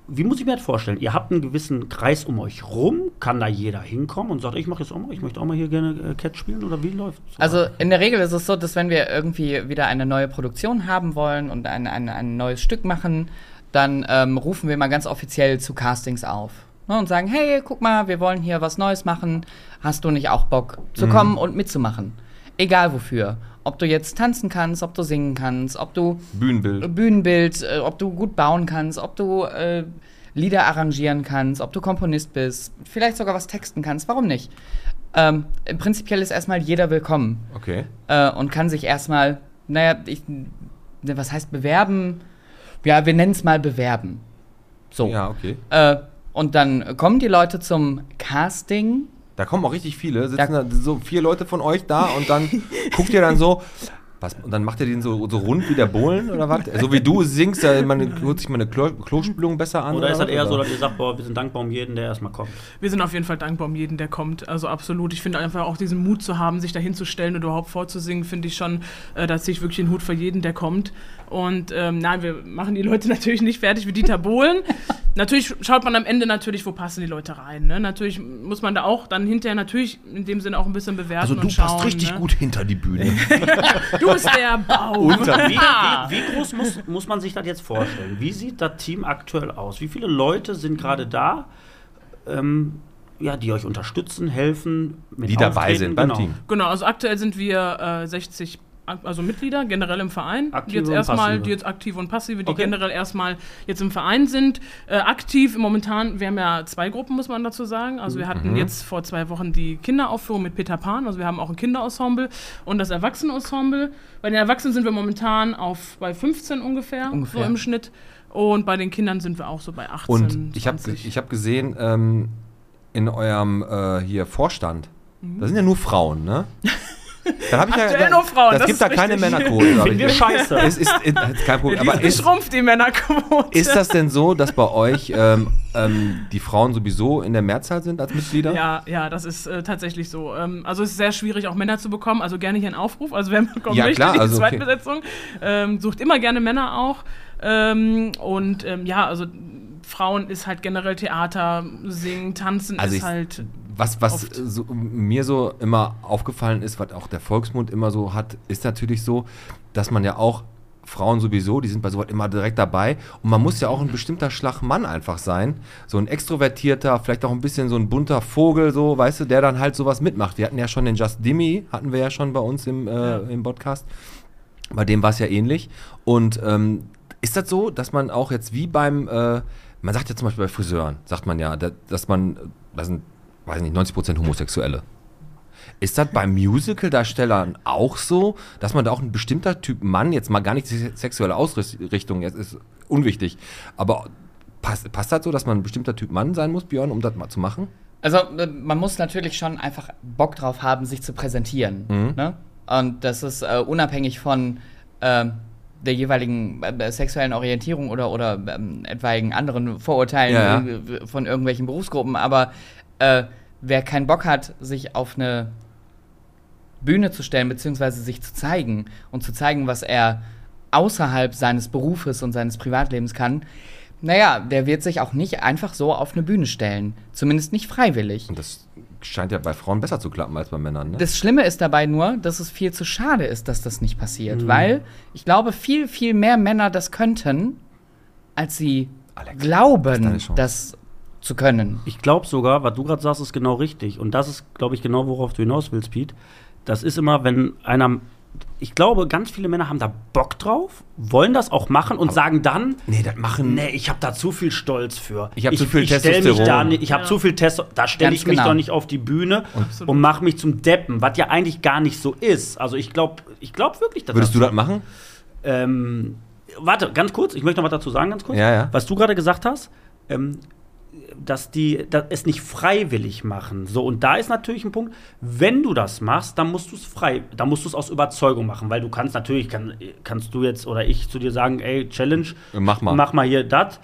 Wie muss ich mir das vorstellen? Ihr habt einen gewissen Kreis um euch rum, kann da jeder hinkommen und sagt, ich mache jetzt auch mal, ich möchte auch mal hier gerne äh, Catch spielen oder wie läuft
Also in der Regel ist es so, dass wenn wir irgendwie wieder eine neue Produktion haben wollen und ein, ein, ein neues Stück machen, dann ähm, rufen wir mal ganz offiziell zu Castings auf. Ne, und sagen, hey, guck mal, wir wollen hier was Neues machen. Hast du nicht auch Bock
Mhm.
zu kommen und mitzumachen? Egal wofür. Ob du jetzt tanzen kannst, ob du singen kannst, ob du
Bühnenbild.
Bühnenbild, äh, ob du gut bauen kannst, ob du äh, Lieder arrangieren kannst, ob du Komponist bist, vielleicht sogar was texten kannst, warum nicht? Ähm, prinzipiell ist erstmal jeder willkommen
Okay.
äh, und kann sich erstmal, naja, ich, ne, was heißt bewerben? Ja, wir nennen es mal bewerben. So.
Ja, okay.
Äh, und dann kommen die Leute zum Casting.
Da kommen auch richtig viele, sitzen
Da-
da so vier Leute von euch da und dann guckt ihr dann so, was, und dann macht ihr den so, so rund wie der Bohlen oder was? So wie du singst, da man, holt sich meine Klo, Klospülung besser an.
Oder ist das
was?
eher so, dass ihr sagt, boah, wir sind dankbar um jeden, der erstmal kommt?
Wir sind auf jeden Fall dankbar um jeden, der kommt. Also absolut. Ich finde einfach auch diesen Mut zu haben, sich dahinzustellen und überhaupt vorzusingen, finde ich schon, äh, da ziehe ich wirklich den Hut vor jeden, der kommt. Und ähm, nein, wir machen die Leute natürlich nicht fertig wie Dieter Bohlen. natürlich schaut man am Ende natürlich, wo passen die Leute rein. Ne? Natürlich muss man da auch dann hinterher natürlich in dem Sinne auch ein bisschen bewerten
Also du
und schauen.
passt richtig
ne?
gut hinter die Bühne.
Du bist der Baum.
Wie, wie, wie groß muss, muss man sich das jetzt vorstellen? Wie sieht das Team aktuell aus? Wie viele Leute sind gerade da, ähm, ja, die euch unterstützen, helfen, mit
Die dabei
Auftreten?
sind beim
Genau.
Team.
Genau, also aktuell sind wir äh, 60 ak- also Mitglieder generell im Verein, die
Aktive
jetzt
und
erstmal,
passive.
die jetzt aktive und passive, die
Okay.
generell erstmal jetzt im Verein sind. Äh, aktiv momentan, wir haben ja zwei Gruppen, muss man dazu sagen. Also wir
Mhm.
hatten jetzt vor zwei Wochen die Kinderaufführung mit Peter Pan, also wir haben auch ein Kinderensemble und das Erwachsenenensemble. Bei den Erwachsenen sind wir momentan auf bei 15 ungefähr,
Ungefähr.
so im Schnitt. Und bei den Kindern sind wir auch so bei 18.
Und ich habe
20.
ich hab gesehen, ähm, in eurem äh, hier Vorstand, da sind ja nur Frauen, ne? Da hab ich
Mhm. Aktuell nur Frauen,
Das,
das
gibt
ist
da keine
richtig.
Männerquote. hab ich
Finden wir
gesehen.
scheiße.
Es ist, ist, ist kein Problem.
die
Aber ist,
schrumpft die Männerquote.
ist das denn so, dass bei euch ähm, ähm, die Frauen sowieso in der Mehrzahl sind als Mitglieder?
Ja, ja, das ist äh, tatsächlich so. Ähm, also es ist sehr schwierig, auch Männer zu bekommen. Also gerne hier einen Aufruf. Also wer kommen
Ja,
möchte,
klar,
die
also okay.
Zweitbesetzung. Ähm, sucht immer gerne Männer auch. Ähm, und ähm, ja, also Frauen ist halt generell Theater, Singen, Tanzen
Also
ist
ich-
halt.
Was, was
Oft.
so, mir so immer aufgefallen ist, was auch der Volksmund immer so hat, ist natürlich so, dass man ja auch Frauen sowieso, die sind bei sowas immer direkt dabei. Und man muss ja auch ein bestimmter Schlag Mann einfach sein. So ein extrovertierter, vielleicht auch ein bisschen so ein bunter Vogel, so, weißt du, der dann halt sowas mitmacht. Wir hatten ja schon den Just Dimmy, hatten wir ja schon bei uns im, äh, im Podcast. Bei dem war es ja ähnlich. Und ähm, ist das so, dass man auch jetzt wie beim, äh, man sagt ja zum Beispiel bei Friseuren, sagt man ja, da, dass man, äh, da sind, weiß nicht, 90% Homosexuelle. Ist das bei Musical-Darstellern auch so, dass man da auch ein bestimmter Typ Mann, jetzt mal gar nicht die se- sexuelle Ausrichtung, jetzt ist unwichtig, aber passt, passt das so, dass man ein bestimmter Typ Mann sein muss, Björn, um das mal zu machen?
Also äh, man muss natürlich schon einfach Bock drauf haben, sich zu präsentieren.
Mhm.
Ne? Und das ist äh, unabhängig von ähm, der jeweiligen äh, äh, sexuellen Orientierung oder, oder ähm, etwaigen anderen Vorurteilen
Ja,
äh, von irgendwelchen Berufsgruppen. Aber äh, wer keinen Bock hat, sich auf eine Bühne zu stellen, beziehungsweise sich zu zeigen und zu zeigen, was er außerhalb seines Berufes und seines Privatlebens kann, naja, der wird sich auch nicht einfach so auf eine Bühne stellen. Zumindest nicht freiwillig.
Und das scheint ja bei Frauen besser zu klappen als bei Männern. Ne?
Das Schlimme ist dabei nur, dass es viel zu schade ist, dass das nicht passiert,
Mhm.
weil ich glaube, viel, viel mehr Männer das könnten, als sie
Alex, das
glauben,
ist deine Chance.
das zu können.
Ich glaube sogar, was du gerade sagst, ist genau richtig. Und das ist, glaube ich, genau, worauf du hinaus willst, Pete. Das ist immer, wenn einer ich glaube, ganz viele Männer haben da Bock drauf, wollen das auch machen und sagen dann,
Nee, das machen.
nee, ich habe da zu viel Stolz für.
Ich hab zu viel
ich stell Mich
Testosteron.
da, nicht- ich habe
Ja.
zu viel Testosteron. Da stelle
Ganz
ich mich
genau.
doch nicht auf die Bühne und, mache mich zum Deppen, was ja eigentlich gar nicht so ist. Also ich glaube ich glaub wirklich, dass
Würdest du das machen?
Ähm, warte, ganz kurz, ich möchte noch was dazu sagen, ganz kurz.
Ja, ja.
Was du gerade gesagt hast, ähm, dass die dass es nicht freiwillig machen. So, und da ist natürlich ein Punkt, wenn du das machst, dann musst du es frei, dann musst du es aus Überzeugung machen, weil du kannst natürlich, kann, kannst du jetzt oder ich zu dir sagen, ey, Challenge,
Mach mal.
mach mal hier das.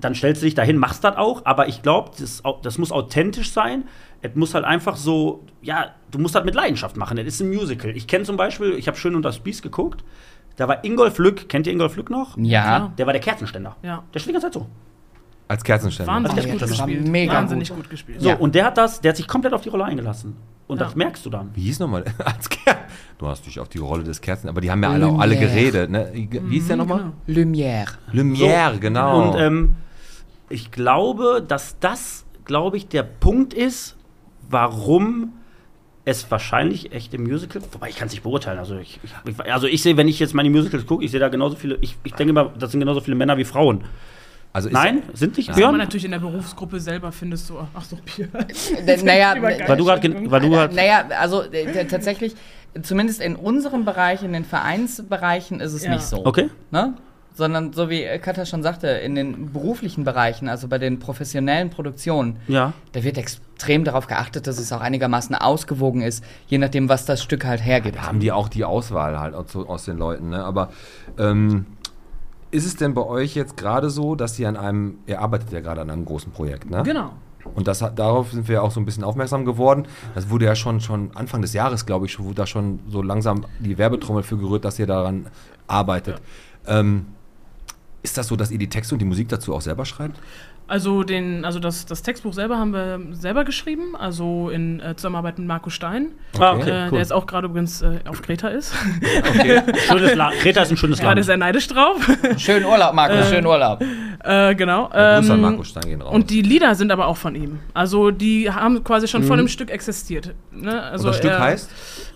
Dann stellst du dich dahin, machst das auch, aber ich glaube, das, au- das muss authentisch sein. Es muss halt einfach so, ja, du musst das mit Leidenschaft machen. Es ist ein Musical. Ich kenne zum Beispiel, ich habe schön unter das Biest geguckt. Da war Ingolf Lück, kennt ihr Ingolf Lück noch?
Ja.
Klar.
Der war der Kerzenständer.
Ja.
Der steht die ganze Zeit so.
Als Kerzenständer.
Wahnsinnig
Ja,
gut
das war
gespielt.
mega
Wahnsinnig
gut.
gut, gespielt.
So,
Ja.
und der hat das, der hat sich komplett auf die Rolle eingelassen. Und
Ja.
das merkst du dann.
Wie hieß nochmal? Als Ker Du hast dich auf die Rolle des Kerzen, aber die haben ja alle, auch alle
Lumière. Mhm,
geredet. Ne? Wie hieß der nochmal?
Lumière.
Lumière, genau.
Und ähm, ich glaube, dass das, glaube ich, der Punkt ist, warum es wahrscheinlich echt im Musical, wobei ich kann es nicht beurteilen. Also ich, ich- ich, also ich sehe, wenn ich jetzt meine Musicals gucke, ich sehe da genauso viele, ich, ich denke mal, das sind genauso viele Männer wie Frauen.
also ist,
Nein, sind nicht
Aber
Björn?
natürlich in der Berufsgruppe selber findest du, ach so, Bier.
Naja,
Lieber geil.
Weil du gerade, weil du halt,
Naja, also äh, t- tatsächlich, zumindest in unserem Bereich, in den Vereinsbereichen ist es
Ja.
nicht so.
okay.
Ne? Sondern so wie äh, Katja schon sagte, in den beruflichen Bereichen, also bei den professionellen Produktionen,
Ja.
da wird extrem darauf geachtet, dass es auch einigermaßen ausgewogen ist, je nachdem, was das Stück halt hergibt.
haben die auch die Auswahl halt aus, aus den Leuten. Ne? Aber ähm, ist es denn bei euch jetzt gerade so, dass ihr an einem, ihr arbeitet ja gerade an einem großen Projekt, ne?
Genau.
Und das, hat- darauf sind wir ja auch so ein bisschen aufmerksam geworden. Das wurde ja schon, schon Anfang des Jahres, glaube ich, schon, wurde da schon so langsam die Werbetrommel für gerührt, dass ihr daran arbeitet. Ähm, ist das so, dass ihr die Texte und die Musik dazu auch selber schreibt?
Also, den, also das, das Textbuch selber haben wir selber geschrieben, also in äh, Zusammenarbeit mit Marco Stein,
Okay,
Ah,
äh,
okay,
der
cool.
jetzt auch gerade übrigens äh, auf Kreta ist.
Schönes La Kreta ist ein schönes
gerade
Land.
sehr neidisch drauf.
Schönen Urlaub, Marco, schönen Urlaub.
äh, genau.
Gruß an
ähm,
Markus Stein gehen raus.
Und die Lieder sind aber auch von ihm. Also die haben quasi schon vor dem Stück existiert. Ne?
Mhm. Und
Also
das Stück
er-
heißt?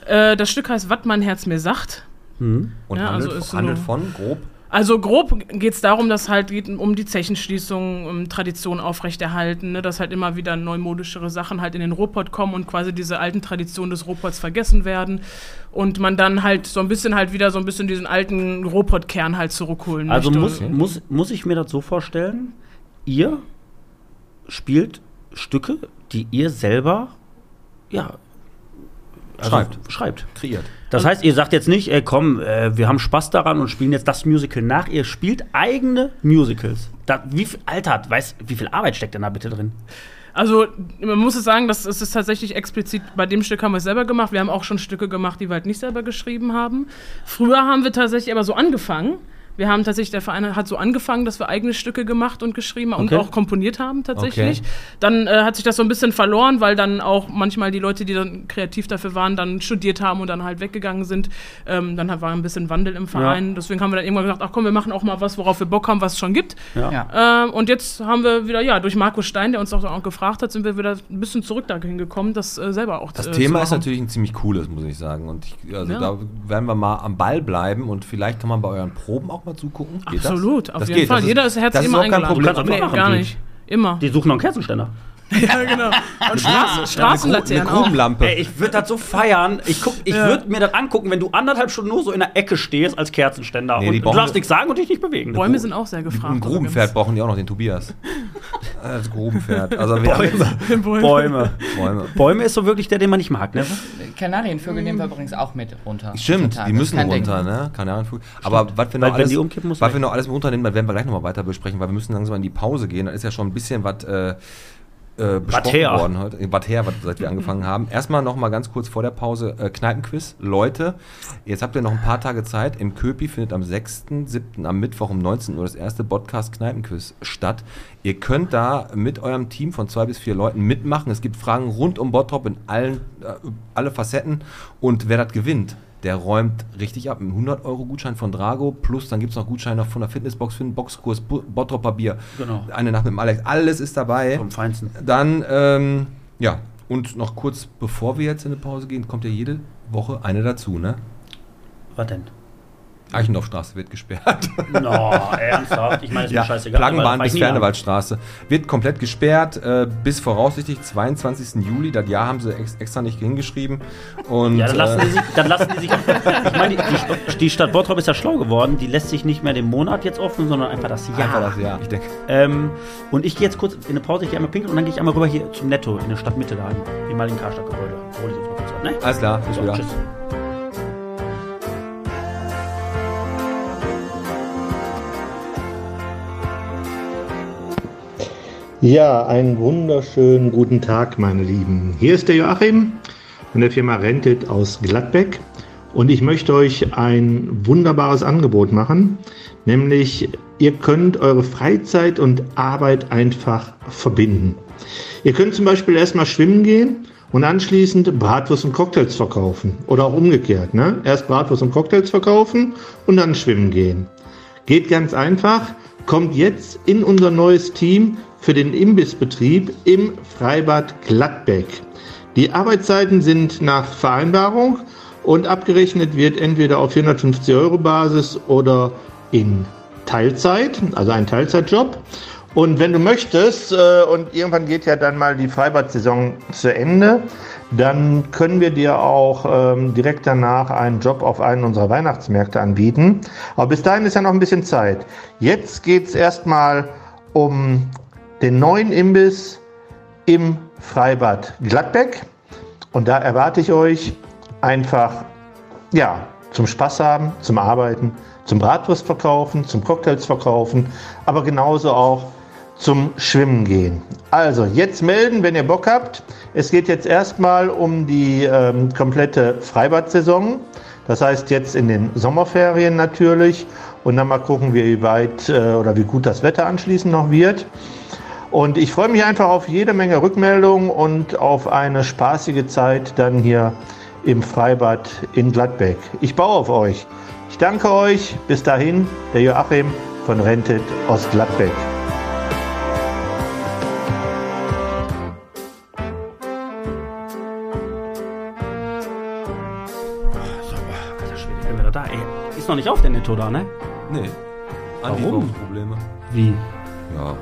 Äh, das Stück heißt Was mein Herz mir sagt.
Und handelt,
Ja, also ist so
handelt
eine-
von, grob,
Also grob geht es darum, dass halt geht um die Zechenschließung, um Tradition aufrechterhalten, ne? dass halt immer wieder neumodischere Sachen halt in den Ruhrpott kommen und quasi diese alten Traditionen des Ruhrpotts vergessen werden und man dann halt so ein bisschen halt wieder so ein bisschen diesen alten Ruhrpott-Kern halt zurückholen
Also
möchte.
muss, muss, muss ich mir das so vorstellen, ihr spielt Stücke, die ihr selber ja, also
Schreibt.
schreibt. Also
kreiert.
Das heißt, ihr sagt jetzt nicht, ey, komm, äh, wir haben Spaß daran und spielen jetzt das Musical nach. Ihr spielt eigene Musicals. Da, wie viel, Alter, weißt, wie viel Arbeit steckt denn da bitte drin?
Also man muss es sagen, das es ist tatsächlich explizit, bei dem Stück haben wir es selber gemacht. Wir haben auch schon Stücke gemacht, die wir halt nicht selber geschrieben haben. Früher haben wir tatsächlich aber so angefangen. Wir haben tatsächlich, der Verein hat so angefangen, dass wir eigene Stücke gemacht und geschrieben haben
Okay.
und auch komponiert haben tatsächlich.
Okay.
Dann äh, hat sich das so ein bisschen verloren, weil dann auch manchmal die Leute, die dann kreativ dafür waren, dann studiert haben und dann halt weggegangen sind. Ähm, dann war ein bisschen Wandel im Verein. Deswegen haben wir dann irgendwann gesagt, ach komm, wir machen auch mal was, worauf wir Bock haben, was es schon gibt.
Ja.
Ähm, und jetzt haben wir wieder, ja, durch Markus Stein, der uns auch, auch gefragt hat, sind wir wieder ein bisschen zurück dahin gekommen, das äh, selber auch
Das
äh,
Thema
zu
ist
machen.
natürlich ein ziemlich cooles, muss ich sagen. Und ich, also
Ja.
da werden wir mal am Ball bleiben und vielleicht kann man bei euren Proben auch mal zugucken. Geht das?
Absolut, auf
Das
jeden
geht,
Fall.
das ist-
Jeder ist
das
herzlich
ist
immer
auch kein
eingeladen.
Problem.
Kannst du auch
Nee,
machen,
gar
die-
nicht. Immer.
Die suchen noch einen Kerzenständer.
ja, genau. Und Straßen,
Eine
Straßenlaternen auch.
Grubenlampe.
Ey, ich würde das so feiern. Ich, guck- ich würde mir das angucken, wenn du anderthalb Stunden nur so in der Ecke stehst als Kerzenständer.
Nee, die
und du
brauchen-
darfst nichts sagen und dich nicht bewegen.
Bäume sind auch sehr gefragt. also
Ein Grubenpferd brauchen die auch noch, den Tobias. Als Grubenpferd. Also wir haben
übrigens. Bäume.
Bäume.
Bäume.
Bäume ist so wirklich der, den man nicht mag, ne?
Kanarienvögel nehmen wir übrigens auch mit runter.
Stimmt,
Total,
die
das
müssen
kann
runter,
Ding.
ne? Kanarienvogel. Aber was wir noch
Weil wenn
alles,
die umkippen, muss
was
weg.
wir noch alles mit runternehmen, das werden wir gleich nochmal weiter besprechen, weil wir müssen langsam in die Pause gehen. Da ist ja schon ein bisschen was äh, äh, besprochen
her.
worden heute. Äh, Was her, was, seit wir angefangen haben. Erstmal nochmal ganz kurz vor der Pause äh, Kneipenquiz. Leute, jetzt habt ihr noch ein paar Tage Zeit. Im Köpi findet am 6.7. am Mittwoch um 19 Uhr das erste Podcast Kneipenquiz statt. Ihr könnt da mit eurem Team von zwei bis vier Leuten mitmachen. Es gibt Fragen rund um Bottrop in allen äh, alle Facetten. Und wer das gewinnt, der räumt richtig ab. Ein 100-Euro-Gutschein von Drago, plus dann gibt es noch Gutscheine von der Fitnessbox für den Boxkurs, Bu- Bottropper Bier,
Genau.
eine Nacht mit dem Alex. Alles ist dabei.
Vom Feinsten.
Dann, ähm, ja, und noch kurz bevor wir jetzt in eine Pause gehen, kommt ja jede Woche eine dazu, ne?
Was denn?
Eichendorffstraße wird gesperrt.
No, ernsthaft? Ich meine, ist
Ja,
mir scheißegal.
Plangenbahn
aber
bis
das fahr ich nie lang.
Fernewaldstraße. Wird komplett gesperrt, äh, bis voraussichtlich 22. Juli. Das Jahr haben sie ex extra nicht hingeschrieben. Und,
Ja, dann lassen,
äh,
die sich, dann lassen die sich. Ich meine, die, die, die Stadt Bottrop ist ja schlau geworden. Die lässt sich nicht mehr den Monat jetzt offen, sondern einfach das Jahr.
Einfach das Jahr. Ich denke,
Ähm, und ich gehe jetzt kurz in eine Pause, ich gehe einmal pinkeln und dann gehe ich einmal rüber hier zum Netto in der Stadtmitte da, im ehemaligen Karstadtgebäude. Hol ich jetzt mal kurz ab, ne?
alles klar, bis
So,
wieder.
tschüss.
Ja, einen wunderschönen guten Tag, meine Lieben. Hier ist der Joachim von der Firma Rented aus Gladbeck und ich möchte euch ein wunderbares Angebot machen, nämlich ihr könnt eure Freizeit und Arbeit einfach verbinden. Ihr könnt zum Beispiel erstmal schwimmen gehen und anschließend Bratwurst und Cocktails verkaufen oder auch umgekehrt. Ne? Erst Bratwurst und Cocktails verkaufen und dann schwimmen gehen. Geht ganz einfach, kommt jetzt in unser neues Team für den Imbissbetrieb im Freibad Gladbeck. Die Arbeitszeiten sind nach Vereinbarung und abgerechnet wird entweder auf 450 Euro Basis oder in Teilzeit, also ein Teilzeitjob. Und wenn du möchtest, äh, und irgendwann geht ja dann mal die Freibad-Saison zu Ende, dann können wir dir auch ähm, direkt danach einen Job auf einen unserer Weihnachtsmärkte anbieten. Aber bis dahin ist ja noch ein bisschen Zeit. Jetzt geht's erstmal um den neuen Imbiss im Freibad Gladbeck. Und da erwarte ich euch einfach ja, zum Spaß haben, zum Arbeiten, zum Bratwurst verkaufen, zum Cocktails verkaufen, aber genauso auch zum Schwimmen gehen. Also jetzt melden, wenn ihr Bock habt. Es geht jetzt erstmal um die ähm, komplette Freibad-Saison. Das heißt jetzt in den Sommerferien natürlich. Und dann mal gucken, wie weit äh, oder wie gut das Wetter anschließend noch wird. Und ich freue mich einfach auf jede Menge Rückmeldungen und auf eine spaßige Zeit dann hier im Freibad in Gladbeck. Ich baue auf euch. Ich danke euch. Bis dahin, der Joachim von Rented aus Gladbeck.
Alter Schwede, ich bin wieder da, ey. Ist noch nicht auf der Netto da, ne?
Nee.
Warum?
Anlieferungsprobleme.
Wie?
Ja,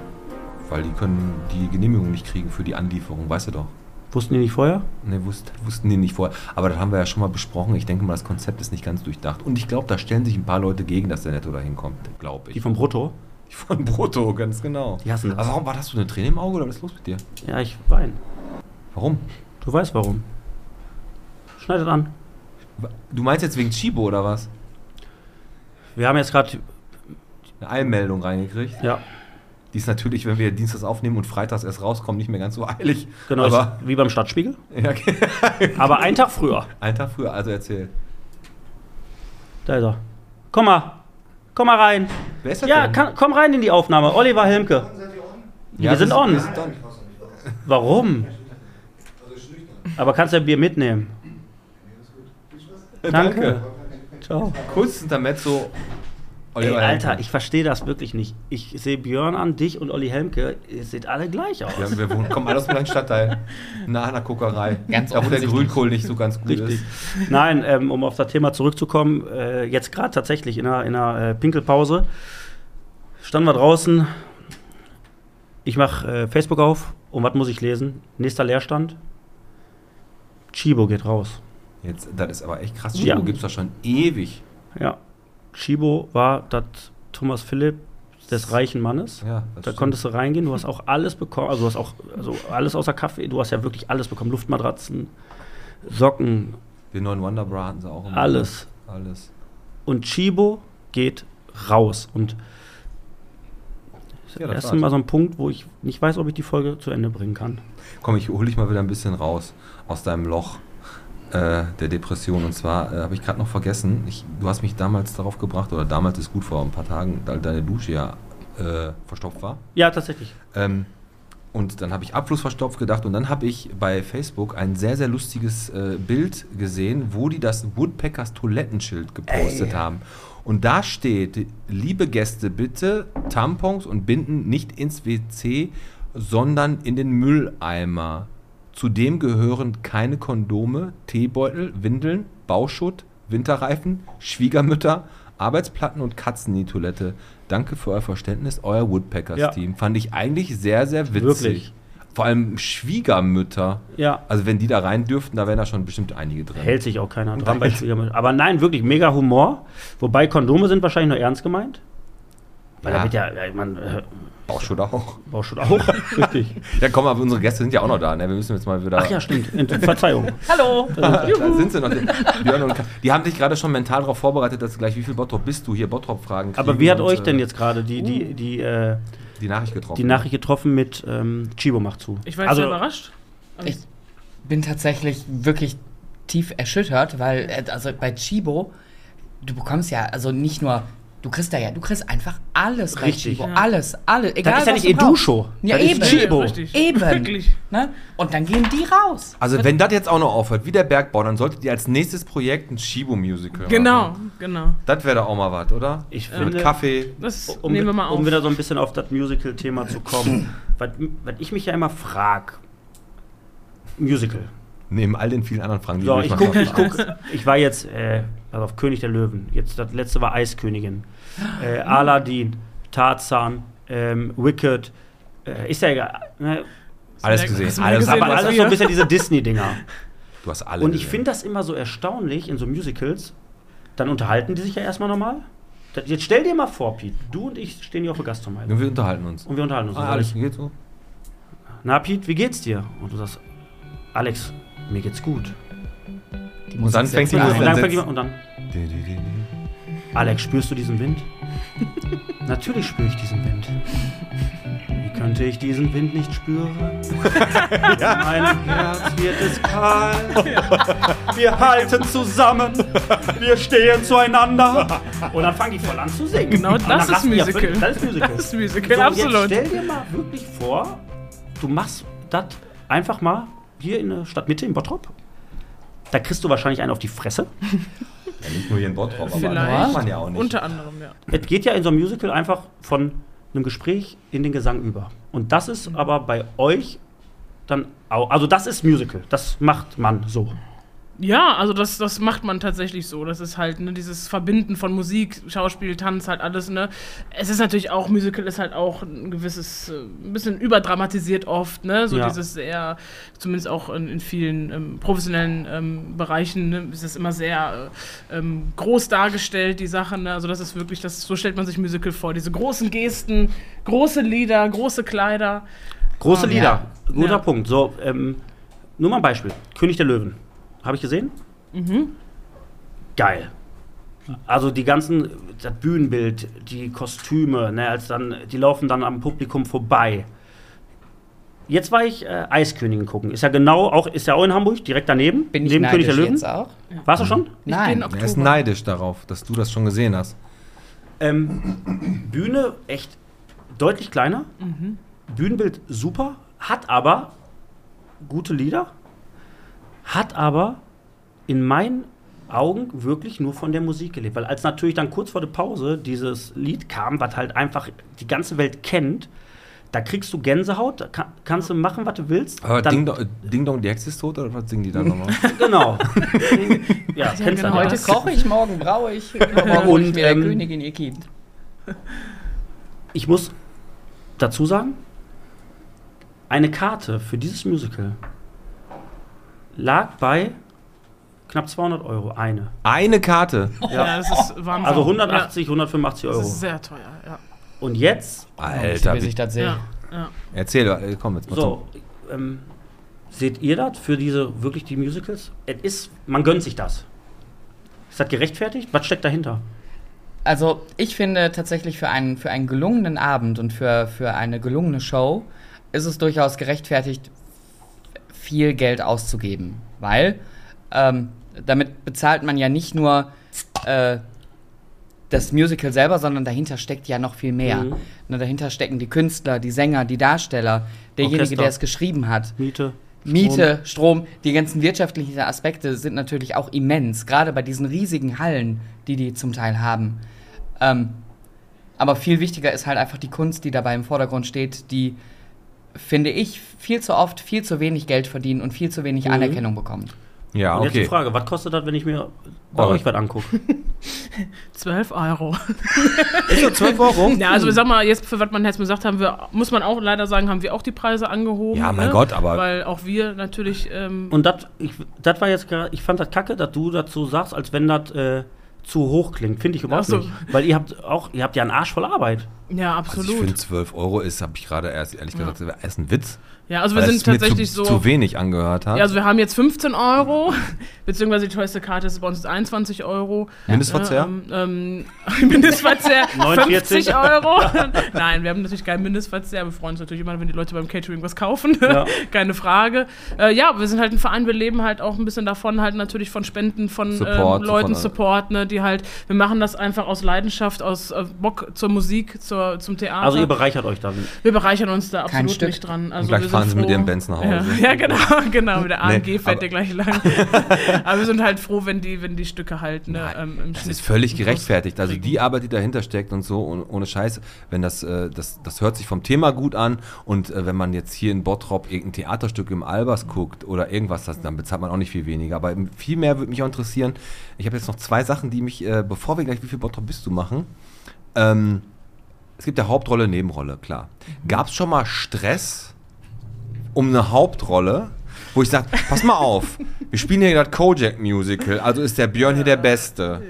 weil die können die Genehmigung nicht kriegen für die Anlieferung, weißt du doch.
Wussten die nicht vorher?
Ne, wusst, wussten die nicht vorher. Aber das haben wir ja schon mal besprochen. Ich denke mal, das Konzept ist nicht ganz durchdacht. Und ich glaube, da stellen sich ein paar Leute gegen, dass der Netto da hinkommt, glaube ich.
Die vom Brutto?
Die von Brutto, ganz genau.
Die hassen das.
Aber warum war das so eine Träne im Auge oder was ist los mit dir?
Ja, ich wein.
Warum?
Du weißt warum. Schneidet an.
Du meinst jetzt wegen Chibo oder was?
Wir haben jetzt gerade,
Eine Eilmeldung reingekriegt.
ja,
Die ist natürlich, wenn wir dienstags aufnehmen und freitags erst rauskommen, nicht mehr ganz so eilig.
genau,
Aber,
ist wie beim Stadtspiegel.
ja, okay.
Aber einen Tag früher.
Einen Tag früher, also erzähl.
Da ist er. Komm mal. Komm mal rein.
Wer ist das
Ja,
denn?
kann, komm rein in die Aufnahme. Oliver Helmke.
Ja,
wir sind
das-
on.
wir sind on.
Warum? Aber kannst du ein Bier mitnehmen? Danke. Ciao.
Kurz hinter Mezzo.
Ey, Alter, ich verstehe das wirklich nicht. Ich sehe Björn an, dich und Olli Helmke, ihr seht alle gleich aus.
Ja, wir wohnen, kommen alle aus dem gleichen Stadtteil. Nah an der Kokerei.
Ganz
da, wo der
offensichtlich.
Grünkohl nicht so ganz gut
Richtig.
ist.
Nein, ähm, um auf das Thema zurückzukommen, äh, jetzt gerade tatsächlich in einer, in einer äh, Pinkelpause standen wir draußen. Ich mache äh, Facebook auf und was muss ich lesen? Nächster Leerstand. Chibo geht raus.
Jetzt, das ist aber echt krass. Chibo
Ja.
gibt's gibt es doch schon ewig.
Ja. Chibo war das Thomas Philipp des reichen Mannes.
Ja, das
Da
stimmt.
konntest du reingehen, du hast auch alles bekommen, also du hast auch also alles außer Kaffee, du hast ja wirklich alles bekommen, Luftmatratzen, Socken,
Den neuen Wonderbra hatten sie auch. immer. ne?
alles.
Alles.
Und Chibo geht raus. Und das
Ja, das
erste
war's.
Mal so ein Punkt, wo ich nicht weiß, ob ich die Folge zu Ende bringen kann.
Komm, ich hole dich mal wieder ein bisschen raus aus deinem Loch äh, der Depression. Und zwar äh, habe ich gerade noch vergessen, ich, du hast mich damals darauf gebracht, oder damals ist gut vor ein paar Tagen, da deine Dusche ja äh, verstopft war.
Ja, tatsächlich.
Ähm, und dann habe ich Abflussverstopft gedacht und dann habe ich bei Facebook ein sehr, sehr lustiges äh, Bild gesehen, wo die das Woodpeckers Toilettenschild gepostet haben. Und da steht, liebe Gäste, bitte Tampons und Binden nicht ins WC, sondern in den Mülleimer. Zudem gehören keine Kondome, Teebeutel, Windeln, Bauschutt, Winterreifen, Schwiegermütter, Arbeitsplatten und Katzen in die Toilette. Danke für euer Verständnis, euer Woodpeckers-Team. Fand ich eigentlich sehr, sehr witzig.
Wirklich.
Vor allem Schwiegermütter.
Ja.
Also wenn die da rein dürften, da wären da schon bestimmt einige drin.
Hält sich auch keiner dran bei Schwiegermüttern. Aber nein, wirklich mega Humor. Wobei Kondome sind wahrscheinlich nur ernst gemeint. Weil
Ja.
da wird ja, ja, ich meine, äh,
Auch schon auch.
Bauschutt auch. Richtig.
Ja, komm, aber unsere Gäste sind ja auch noch da. Ne? Wir müssen jetzt mal wieder.
Ach ja, stimmt. Ent- Verzeihung.
Hallo!
Da sind sie noch. Die, Björn und Ka- die haben dich gerade schon mental darauf vorbereitet, dass gleich, wie viel Bottrop bist du hier, Bottrop-Fragen
Aber
kriegen
wie hat
und,
euch denn
äh,
jetzt gerade die, die, die, äh,
die Nachricht getroffen?
die Nachricht getroffen mit ähm, Chibo macht zu?
Ich war jetzt
also,
sehr überrascht.
Ich bin tatsächlich wirklich tief erschüttert, weil äh, also bei Chibo, du bekommst ja, also nicht nur, du kriegst da ja, du kriegst einfach alles bei
Richtig.
Chibo.
Ja.
Alles, alles. Egal,
Das ist ja
was
nicht
du brauchst.
Edusho.
Ja,
das
eben.
Ist Chibo.
Richtig.
Eben.
Wirklich.
Ne? Und dann gehen die raus.
also, wenn das jetzt auch noch aufhört, wie der Bergbau, dann solltet ihr als nächstes Projekt ein Shibo-Musical
Genau,
machen.
genau.
Das wäre doch auch mal was, oder?
Ich
Mit
finde-
Kaffee.
Das
um,
nehmen wir mal auf.
um wieder so ein bisschen auf das Musical-Thema zu kommen. was, was ich mich ja immer frage. Musical.
Neben all den vielen anderen Fragen, die
So,
mich
ich
noch
gucke, ich
gefragt
gucke. Ich war jetzt, äh, pass auf, König der Löwen. Jetzt, das letzte war Eiskönigin. Äh, Aladdin, Tarzan, ähm, Wicked. Äh, ist ja egal. Ne?
haben. Alles
Hast du
gesehen,
mehr
alles
gesehen,
Aber
was-
alles so ein bisschen diese Disney-Dinger.
Du hast alle.
Und ich
gesehen.
finde das immer so erstaunlich in so Musicals. Dann unterhalten die sich ja erstmal nochmal. Das- Jetzt stell dir mal vor, Piet, du und ich stehen hier auf der Gastronomie.
Und wir unterhalten uns.
Und wir unterhalten uns.
Ah,
Und
alles
ich,
geht so.
Na, Piet, wie geht's dir? Und du sagst, Alex, mir geht's gut.
Die
Und dann
Musik
fängt die
setzt
Musik
Und
an.
ein.
dann, fängt
setzt-
jemand- und dann Alex, spürst du diesen Wind? Natürlich spüre ich diesen Wind. Wie könnte ich diesen Wind nicht spüren? ja. Mein Herz wird es kalt. Wir halten zusammen. Wir stehen zueinander. Und dann fangen die voll an zu singen.
Genau
Und dann
das ist
rasten die ja
Musical.
völlig- Das ist Musical.
Das ist Musical, absolut.
Jetzt stell dir mal wirklich vor, du machst das einfach mal hier in der Stadtmitte in Bottrop. Da kriegst du wahrscheinlich einen auf die Fresse.
Ja, nicht nur hier in Bottrop, aber
Vielleicht.
das macht man ja auch nicht.
Unter anderem, ja.
Es geht ja in so einem Musical einfach von einem Gespräch in den Gesang über. Und das ist aber bei euch dann auch. Also, das ist Musical. Das macht man so.
Ja, also das, das macht man tatsächlich so. Das ist halt ne, dieses Verbinden von Musik, Schauspiel, Tanz, halt alles. Ne. Es ist natürlich auch, Musical ist halt auch ein gewisses, äh, ein bisschen überdramatisiert oft. Ne? So
Ja.
dieses sehr, zumindest auch in, in vielen ähm, professionellen ähm, Bereichen, ne, ist es immer sehr äh, ähm, groß dargestellt, die Sachen. Ne? Also das ist wirklich, das, so stellt man sich Musical vor. Diese großen Gesten, große Lieder, große Kleider.
Große
Ah,
Lieder.
ja.
Guter
Ja.
Punkt. So, ähm, nur mal ein Beispiel: König der Löwen. Habe ich gesehen?
Mhm.
Geil. Also die ganzen, das Bühnenbild, die Kostüme, ne, als dann, die laufen dann am Publikum vorbei. Jetzt war ich äh, Eiskönigin gucken. Ist ja genau auch, ist ja auch in Hamburg, direkt daneben.
Bin ich
neben König der
neidisch
Löwen.
jetzt auch?
Warst du schon?
bin
Nein.
auch-
Er ist neidisch darauf, dass du das schon gesehen hast.
Ähm, Bühne echt deutlich kleiner. Bühnenbild super. Hat aber gute Lieder. Hat aber in meinen Augen wirklich nur von der Musik gelebt. Weil als natürlich dann kurz vor der Pause dieses Lied kam, was halt einfach die ganze Welt kennt, da kriegst du Gänsehaut, da kann, kannst du machen, was du willst.
Aber Ding,
dann,
Dong, äh, Ding Dong, die Hexe ist tot oder was singen die da nochmal?
genau. ja, kennst du
genau.
ja.
Heute koche ich, morgen braue ich. Morgen hol ich
Und,
mir der
ähm,
Königin ihr Kind.
Ich muss dazu sagen, eine Karte für dieses Musical lag bei knapp 200 Euro. Eine.
Eine Karte.
Ja, das ist warm.
Also 180, 185
Ja, das
Euro.
ist sehr teuer, ja.
Und jetzt,
Alter,
Bis ich
wie,
das sehe.
ja, ja.
erzähl, äh, komm jetzt mal.
so, ähm, seht ihr das für diese, wirklich die Musicals? Es ist, man gönnt sich das. Ist das gerechtfertigt? Was steckt dahinter?
Also ich finde tatsächlich für einen, für einen gelungenen Abend und für, für eine gelungene Show ist es durchaus gerechtfertigt, viel Geld auszugeben. Weil ähm, damit bezahlt man ja nicht nur äh, das Musical selber, sondern dahinter steckt ja noch viel mehr.
Mhm.
Ne, dahinter stecken die Künstler, die Sänger, die Darsteller, derjenige,
Orchester.
der es geschrieben hat.
Miete?
Miete, Strom, die ganzen wirtschaftlichen Aspekte sind natürlich auch immens, gerade bei diesen riesigen Hallen, die die zum Teil haben. Ähm, aber viel wichtiger ist halt einfach die Kunst, die dabei im Vordergrund steht, die,
Mhm.
finde ich, viel zu oft viel zu wenig Geld verdient und viel zu wenig Anerkennung bekommt.
Strom.
Ja,
Und jetzt die
okay.
Frage, was kostet das, wenn ich mir bei
Oh.
euch was angucke?
12 Euro.
Ist so 12 Euro?
Ja, also sag mal, jetzt für was man jetzt gesagt haben, wir, muss man auch leider sagen, haben wir auch die Preise angehoben. ne?
Ja, mein Gott, aber-
Weil auch wir natürlich. Ähm,
Und das ich- das war jetzt gerade, ich fand das kacke, dass du dazu sagst, als wenn das äh, zu hoch klingt. Finde ich überhaupt
Ach so.
nicht. Weil ihr habt auch, ihr habt ja einen Arsch voll Arbeit.
ja,
Also ich
absolut.
finde 12 Euro ist, habe ich gerade erst ehrlich gesagt, ist ein Witz.
ja, also wir
weil
sind
es mir
tatsächlich
zu,
so.
zu wenig angehört hat.
ja, also wir haben jetzt 15 Euro, beziehungsweise die teuerste Karte ist bei uns 21 Euro.
Mindestverzehr?
Ähm, ähm, Mindestverzehr
49.
50 Euro. Nein, wir haben natürlich keinen Mindestverzehr. Wir freuen uns natürlich immer, wenn die Leute beim Catering was kaufen.
Ja.
Keine Frage. Äh, ja, wir sind halt ein Verein. Wir leben halt auch ein bisschen davon, halt natürlich von Spenden, von
Support,
ähm, Leuten,
von-
Support, ne, die halt, wir machen das einfach aus Leidenschaft, aus äh, Bock zur Musik, zur, zum Theater.
Also ihr bereichert euch dann.
wir bereichern uns da
Kein
absolut
Stück.
nicht dran. Also
Und gleich
wir sind
fahren sie mit
froh-
ihren Benz nach Hause.
ja, ja, genau, genau. Mit der AMG
aber-
fährt der gleich lang. aber wir sind halt froh, wenn die, wenn die Stücke halt ne,
Nein,
ähm, im
Das
Schnitt
ist völlig
groß
gerechtfertigt. Also
bringen.
die Arbeit, die dahinter steckt und so, und ohne Scheiß, wenn das, äh, das, das hört sich vom Thema gut an und äh, wenn man jetzt hier in Bottrop irgendein Theaterstück im Albers guckt oder irgendwas, das, dann bezahlt man auch nicht viel weniger. Aber viel mehr würde mich auch interessieren. Ich habe jetzt noch zwei Sachen, die mich, äh, bevor wir gleich wie viel Bottrop bist du machen, ähm, es gibt ja Hauptrolle, Nebenrolle, klar. Gab es schon mal Stress um eine Hauptrolle, wo ich sage, pass mal auf, wir spielen hier gerade Kojak-Musical, also ist der Björn hier der Beste.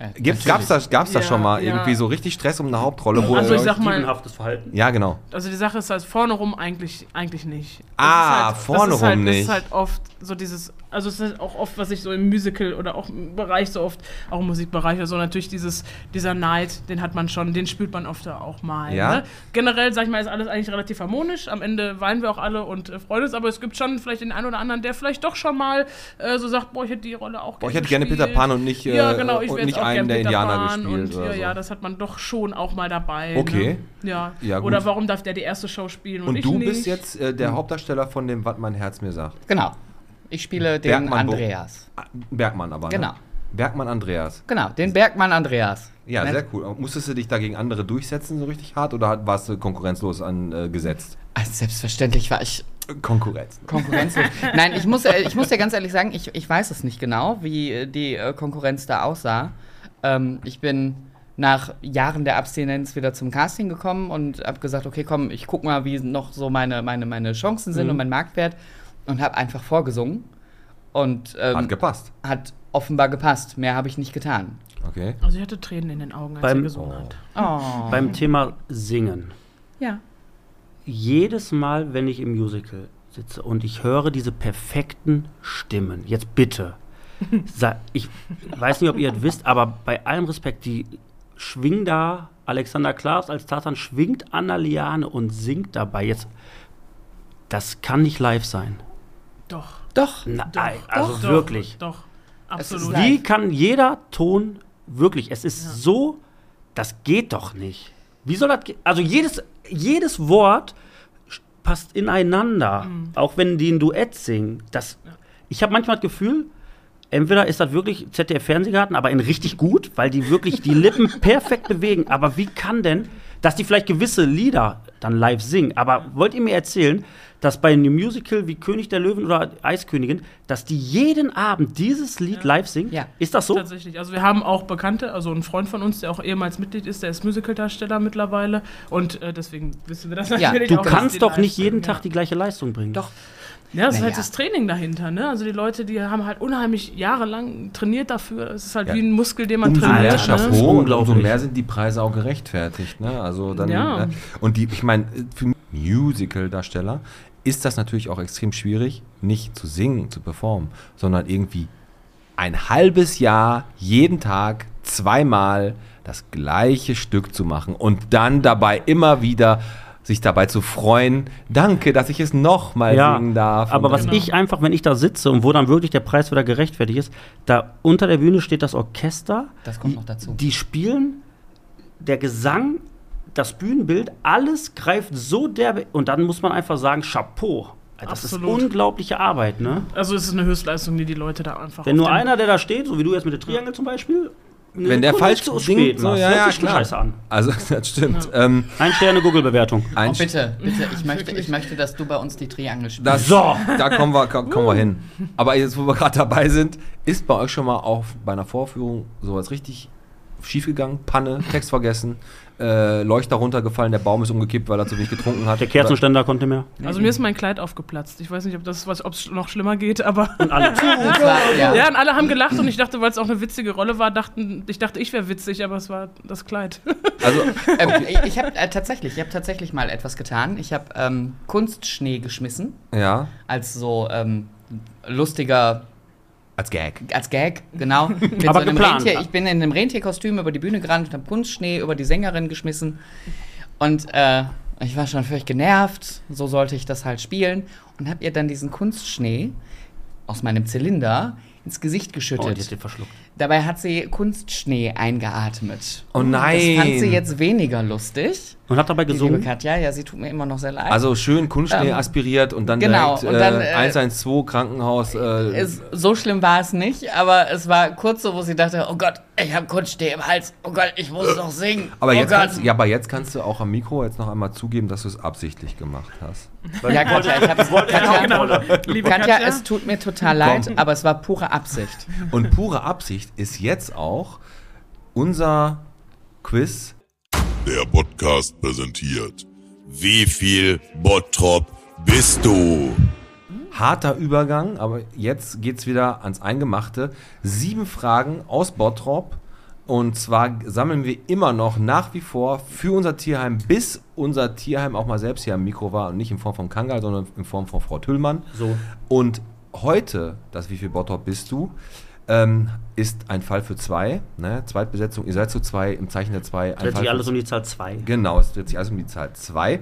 Äh,
Gibt, gab's da, gab's da
Ja,
schon mal
ja.
irgendwie so richtig Stress um eine Hauptrolle? Wo
Also
ihr
ich
euch-
sag mal-
Diebenhaftes Verhalten.
ja, genau.
Also die Sache ist halt vorne rum eigentlich, eigentlich nicht. Das
Ah,
ist halt,
vorne
das ist halt,
rum
Das
nicht.
ist halt oft so dieses, also es ist halt auch oft, was ich so im Musical oder auch im Bereich so oft, auch im Musikbereich oder so, natürlich dieses, dieser Neid, den hat man schon, den spürt man oft auch mal.
Ja.
Ne? Generell, sag ich mal, ist alles eigentlich relativ harmonisch. Am Ende weinen wir auch alle und äh, freuen uns, aber es gibt schon vielleicht den einen oder anderen, der vielleicht doch schon mal äh, so sagt, boah, ich hätte die Rolle auch gerne
Boah, ich hätte gerne Peter
gespielt.
Pan und nicht, äh,
ja, genau, ich
und
wär jetzt
nicht
auch
einen
gern
der
Peter
Indianer
Pan
gespielt.
Und,
oder
ja,
so.
ja, das hat man doch schon auch mal dabei.
Okay.
Ne? Ja.
Ja, gut.
Oder warum darf der die erste Show spielen und,
und
ich
du
nicht?
bist jetzt äh, der Hauptdarsteller von dem, was mein Herz mir sagt.
Genau. Ich spiele den
Bergmann Bo-
Andreas.
Ah, Bergmann aber.
Genau.
Ne? Bergmann Andreas.
Genau, den Bergmann Andreas.
Ja,
Ne?
sehr cool. Und Musstest du dich dagegen andere durchsetzen so richtig hart oder hat- warst du konkurrenzlos angesetzt?
Also selbstverständlich war ich
Konkurrenz.
Konkurrenz. Nein, ich muss, äh, ich muss dir ganz ehrlich sagen, ich, ich weiß es nicht genau, wie äh, die äh, Konkurrenz da aussah. Ähm, ich bin nach Jahren der Abstinenz wieder zum Casting gekommen und habe gesagt, okay, komm, ich guck mal, wie noch so meine, meine, meine Chancen
Mhm.
sind und mein Marktwert und habe einfach vorgesungen und ähm,
Hat
hat,
gepasst.
offenbar gepasst. Mehr habe ich nicht getan.
Okay.
also ich hatte Tränen in den Augen, als
Beim-
er gesungen hat.
Oh.
Beim Thema Singen.
Ja.
Jedes Mal, wenn ich im Musical sitze und ich höre diese perfekten Stimmen, jetzt bitte. Sa- Ich weiß nicht, ob ihr das wisst, aber bei allem Respekt, die schwingen da, Alexander Klaas als Tatan schwingt Annaliane und singt dabei. Jetzt, das kann nicht live sein.
Doch.
Doch.
Nein, also
doch,
wirklich.
Doch.
Es ist
Absolut.
live.
Wie kann jeder Ton wirklich? Es ist so, das geht doch nicht. Wie soll das? ge- Also jedes, jedes Wort sch- passt ineinander.
Mhm.
Auch wenn die ein Duett singen. Das, ich habe manchmal das Gefühl, entweder ist das wirklich ZDF-Fernsehgarten, aber in richtig gut, weil die wirklich die Lippen perfekt bewegen. Aber wie kann denn, dass die vielleicht gewisse Lieder dann live singen? Aber wollt ihr mir erzählen, dass bei einem Musical wie König der Löwen oder Eiskönigin, dass die jeden Abend dieses Lied live singen?
Ja.
Ist das so?
Tatsächlich. Also wir haben auch Bekannte, also ein Freund von uns, der auch ehemals Mitglied ist, der ist Musicaldarsteller mittlerweile und äh, deswegen wissen wir das natürlich
Du
auch. dass die
kannst doch
live
nicht
sind,
jeden
ja.
Tag die gleiche Leistung bringen.
Doch.
Ja, das ist
Naja.
halt das Training dahinter, ne? Also die Leute, die haben halt unheimlich jahrelang trainiert dafür. Es ist halt
Ja.
wie ein Muskel, den man
umso mehr
trainiert.
schafft
Ne?
Das ist
Chapeau und umso
unglaublich.
mehr sind die Preise auch gerechtfertigt. Ne? Also dann,
Ja.
ne? Und die, ich meine, für Musical-Darsteller ist das natürlich auch extrem schwierig, nicht zu singen, zu performen, sondern irgendwie ein halbes Jahr, jeden Tag, zweimal das gleiche Stück zu machen und dann dabei immer wieder sich dabei zu freuen, danke, dass ich es nochmal
ja,
singen darf.
aber
Und
was
dann-
ich einfach, wenn ich da sitze und wo dann wirklich der Preis wieder gerechtfertigt ist, da unter der Bühne steht das Orchester.
Das kommt
die,
noch dazu.
Die spielen, der Gesang, das Bühnenbild, alles greift so derbe. Und dann muss man einfach sagen, Chapeau. Das
Absolut.
ist unglaubliche Arbeit, ne?
Also es ist eine Höchstleistung, die die Leute da einfach
Wenn nur
auf den-
einer, der da steht, so wie du jetzt mit der Triangel zum Beispiel,
Wenn der
Guck
falsch
nicht so
singt,
spät,
so,
Lars.
ja,
Hört
ja,
sich die
klar.
Scheiße an.
Also, das stimmt. Ähm,
Ein Sterne Google-Bewertung.
ein
Oh, bitte, bitte, ich möchte, ich möchte, dass du bei uns die Triangel spielst.
Das,
So.
Da kommen wir, ko- kommen wir hin. Aber jetzt, wo wir gerade dabei sind, ist bei euch schon mal auch bei einer Vorführung sowas richtig schiefgegangen? Panne, Text vergessen, äh, Leuchter runtergefallen, der Baum ist umgekippt, weil er zu wenig getrunken hat.
Der Kerzenständer konnte mehr.
Also mir ist mein Kleid aufgeplatzt. Ich weiß nicht, ob das was, ob es noch schlimmer geht, aber.
Und alle.
Das war, ja.
Ja, und alle haben gelacht und ich dachte, weil es auch eine witzige Rolle war, dachten, ich dachte, ich wäre witzig, aber es war das Kleid.
Also,
Ähm, ich- ich habe äh, tatsächlich, ich habe tatsächlich mal etwas getan. Ich habe ähm, Kunstschnee geschmissen
ja,
als so ähm, lustiger
als Gag.
als Gag, genau. Mit
Aber
einem
geplant.
Rentier, ich bin in einem Rentierkostüm über die Bühne gerannt und habe Kunstschnee über die Sängerin geschmissen. Und äh, ich war schon völlig genervt, so sollte ich das halt spielen. Und habe ihr dann diesen Kunstschnee aus meinem Zylinder ins
Oh,
Gesicht
die
geschüttet.
hat den verschluckt.
Dabei hat sie Kunstschnee eingeatmet.
Oh nein.
Das fand sie jetzt weniger lustig.
Und hat dabei
Die liebe
gesungen.
Katja, ja, sie tut mir immer noch sehr leid.
Also schön Kunstschnee
Ähm,
aspiriert und dann
genau,
direkt
und dann,
äh,
äh,
112 Krankenhaus. Äh,
Es, so schlimm war es nicht, aber es war kurz so, wo sie dachte, oh Gott, ich habe Kunststeh im Hals, oh Gott, ich muss noch singen.
aber,
oh
jetzt
Gott.
kannst, ja, aber jetzt kannst du auch am Mikro jetzt noch einmal zugeben, dass du es absichtlich gemacht hast.
Ja, Katja, ich hab's, Katja,
Liebe
Katja, es tut mir total leid,
Komm.
aber es war pure Absicht.
Und pure Absicht ist jetzt auch unser Quiz
Der Podcast präsentiert. Wie viel Bottrop bist du?
Harter Übergang, aber jetzt geht's wieder ans Eingemachte. Sieben Fragen aus Bottrop. Und zwar sammeln wir immer noch nach wie vor für unser Tierheim, bis unser Tierheim auch mal selbst hier am Mikro war. Und nicht in Form von Kangal, sondern in Form von Frau Tüllmann.
So.
Und heute, das Wie viel Bottrop bist du, ähm, ist ein Fall für zwei. Ne? Zweitbesetzung, ihr seid zu zwei, im Zeichen der zwei. ein
Dreht
Fall
sich
für
alles um die Zahl 2.
Genau, es dreht sich alles um die Zahl 2.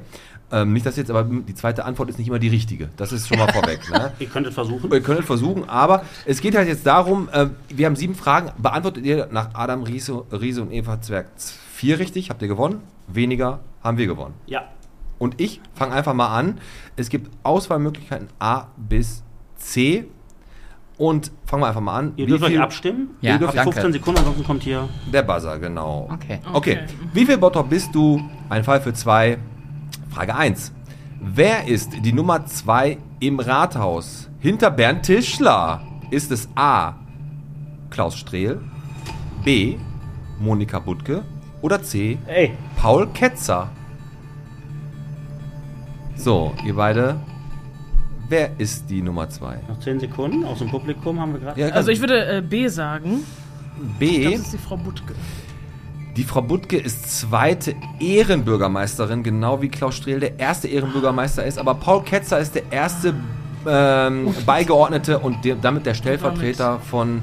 Ähm, nicht, dass jetzt aber die zweite Antwort ist nicht immer die richtige. Das ist schon mal vorweg. Ne?
Ihr könntet versuchen.
Ihr könnt es versuchen, aber es geht halt jetzt darum, äh, wir haben sieben Fragen. Beantwortet ihr nach Adam Riese, Riese und Eva Zwerg vier richtig? Habt ihr gewonnen? Weniger haben wir gewonnen.
Ja.
Und ich fange einfach mal an. Es gibt Auswahlmöglichkeiten A bis C. Und fangen wir einfach mal an.
Ihr
Wie
dürft euch
viel-
abstimmen.
Ja,
Ihr dürft
danke.
15 Sekunden, ansonsten kommt hier.
Der Buzzer, genau.
Okay.
Okay.
Okay. Mhm.
Wie viel Bottrop bist du? Ein Fall für zwei. Frage 1. Wer ist die Nummer 2 im Rathaus? Hinter Bernd Tischler. Ist es A. Klaus Strehl, B. Monika Butke oder C.
Ey.
Paul Ketzer? So, ihr beide. Wer ist die Nummer 2?
Noch 10 Sekunden. Aus dem Publikum haben wir gerade.
Ja,
Also ich würde äh, B sagen. Das
B.
ist die Frau Butke.
Die Frau Butke ist zweite Ehrenbürgermeisterin, genau wie Klaus Strehl der erste Ehrenbürgermeister ist. Aber Paul Ketzer ist der erste
Oh,
ähm, Beigeordnete und der, damit der Stellvertreter von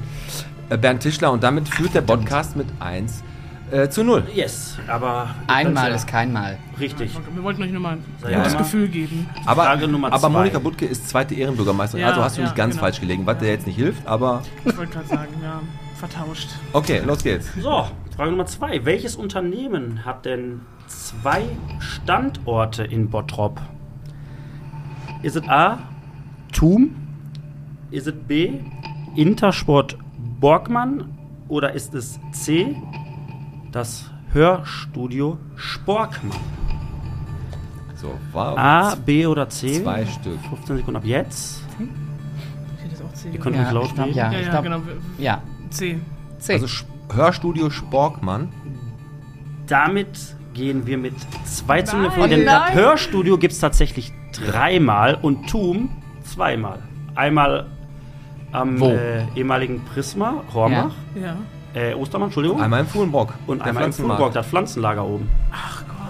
äh, Bernd Tischler. Und damit führt der Podcast mit 1 äh, zu 0.
Yes. Aber.
Einmal ist keinmal.
Richtig.
Wir wollten euch nur mal
Ja.
das Gefühl geben.
Aber,
Frage Nummer
aber
zwei.
Monika Butke ist zweite Ehrenbürgermeisterin.
Ja,
also hast du
ja,
nicht ganz
genau.
falsch gelegen, was dir jetzt nicht hilft. Aber
Ich wollte gerade sagen, ja, vertauscht.
okay, los geht's.
So, Frage Nummer zwei. Welches Unternehmen hat denn zwei Standorte in Bottrop? Ist es A. TUM? Ist es B. Intersport Borgmann? Oder ist es C. Das Hörstudio Sporkmann?
So, wow.
A, B oder C?
Zwei Stück.
15 Sekunden ab jetzt.
Ich hätte es auch C.
Ihr
gesagt.
könnt
Ja,
mich
ich
laut
glaub,
reden.
ja.
Ja,
ich
ja,
glaub-
genau.
Ja.
C.
C.
Also Sch- Hörstudio Sporkmann.
Damit gehen wir mit 2 zu 0 vor.
Nein.
Denn das
Nein.
Hörstudio gibt es tatsächlich dreimal und TUM zweimal. Einmal am
Wo?
äh, ehemaligen Prisma, Hormach,
Ja.
äh, Ostermann, Entschuldigung.
Einmal im Fuhlenbrock.
und
der
einmal in
Pflanzenmarkt.
Fulburg, das Pflanzenlager oben.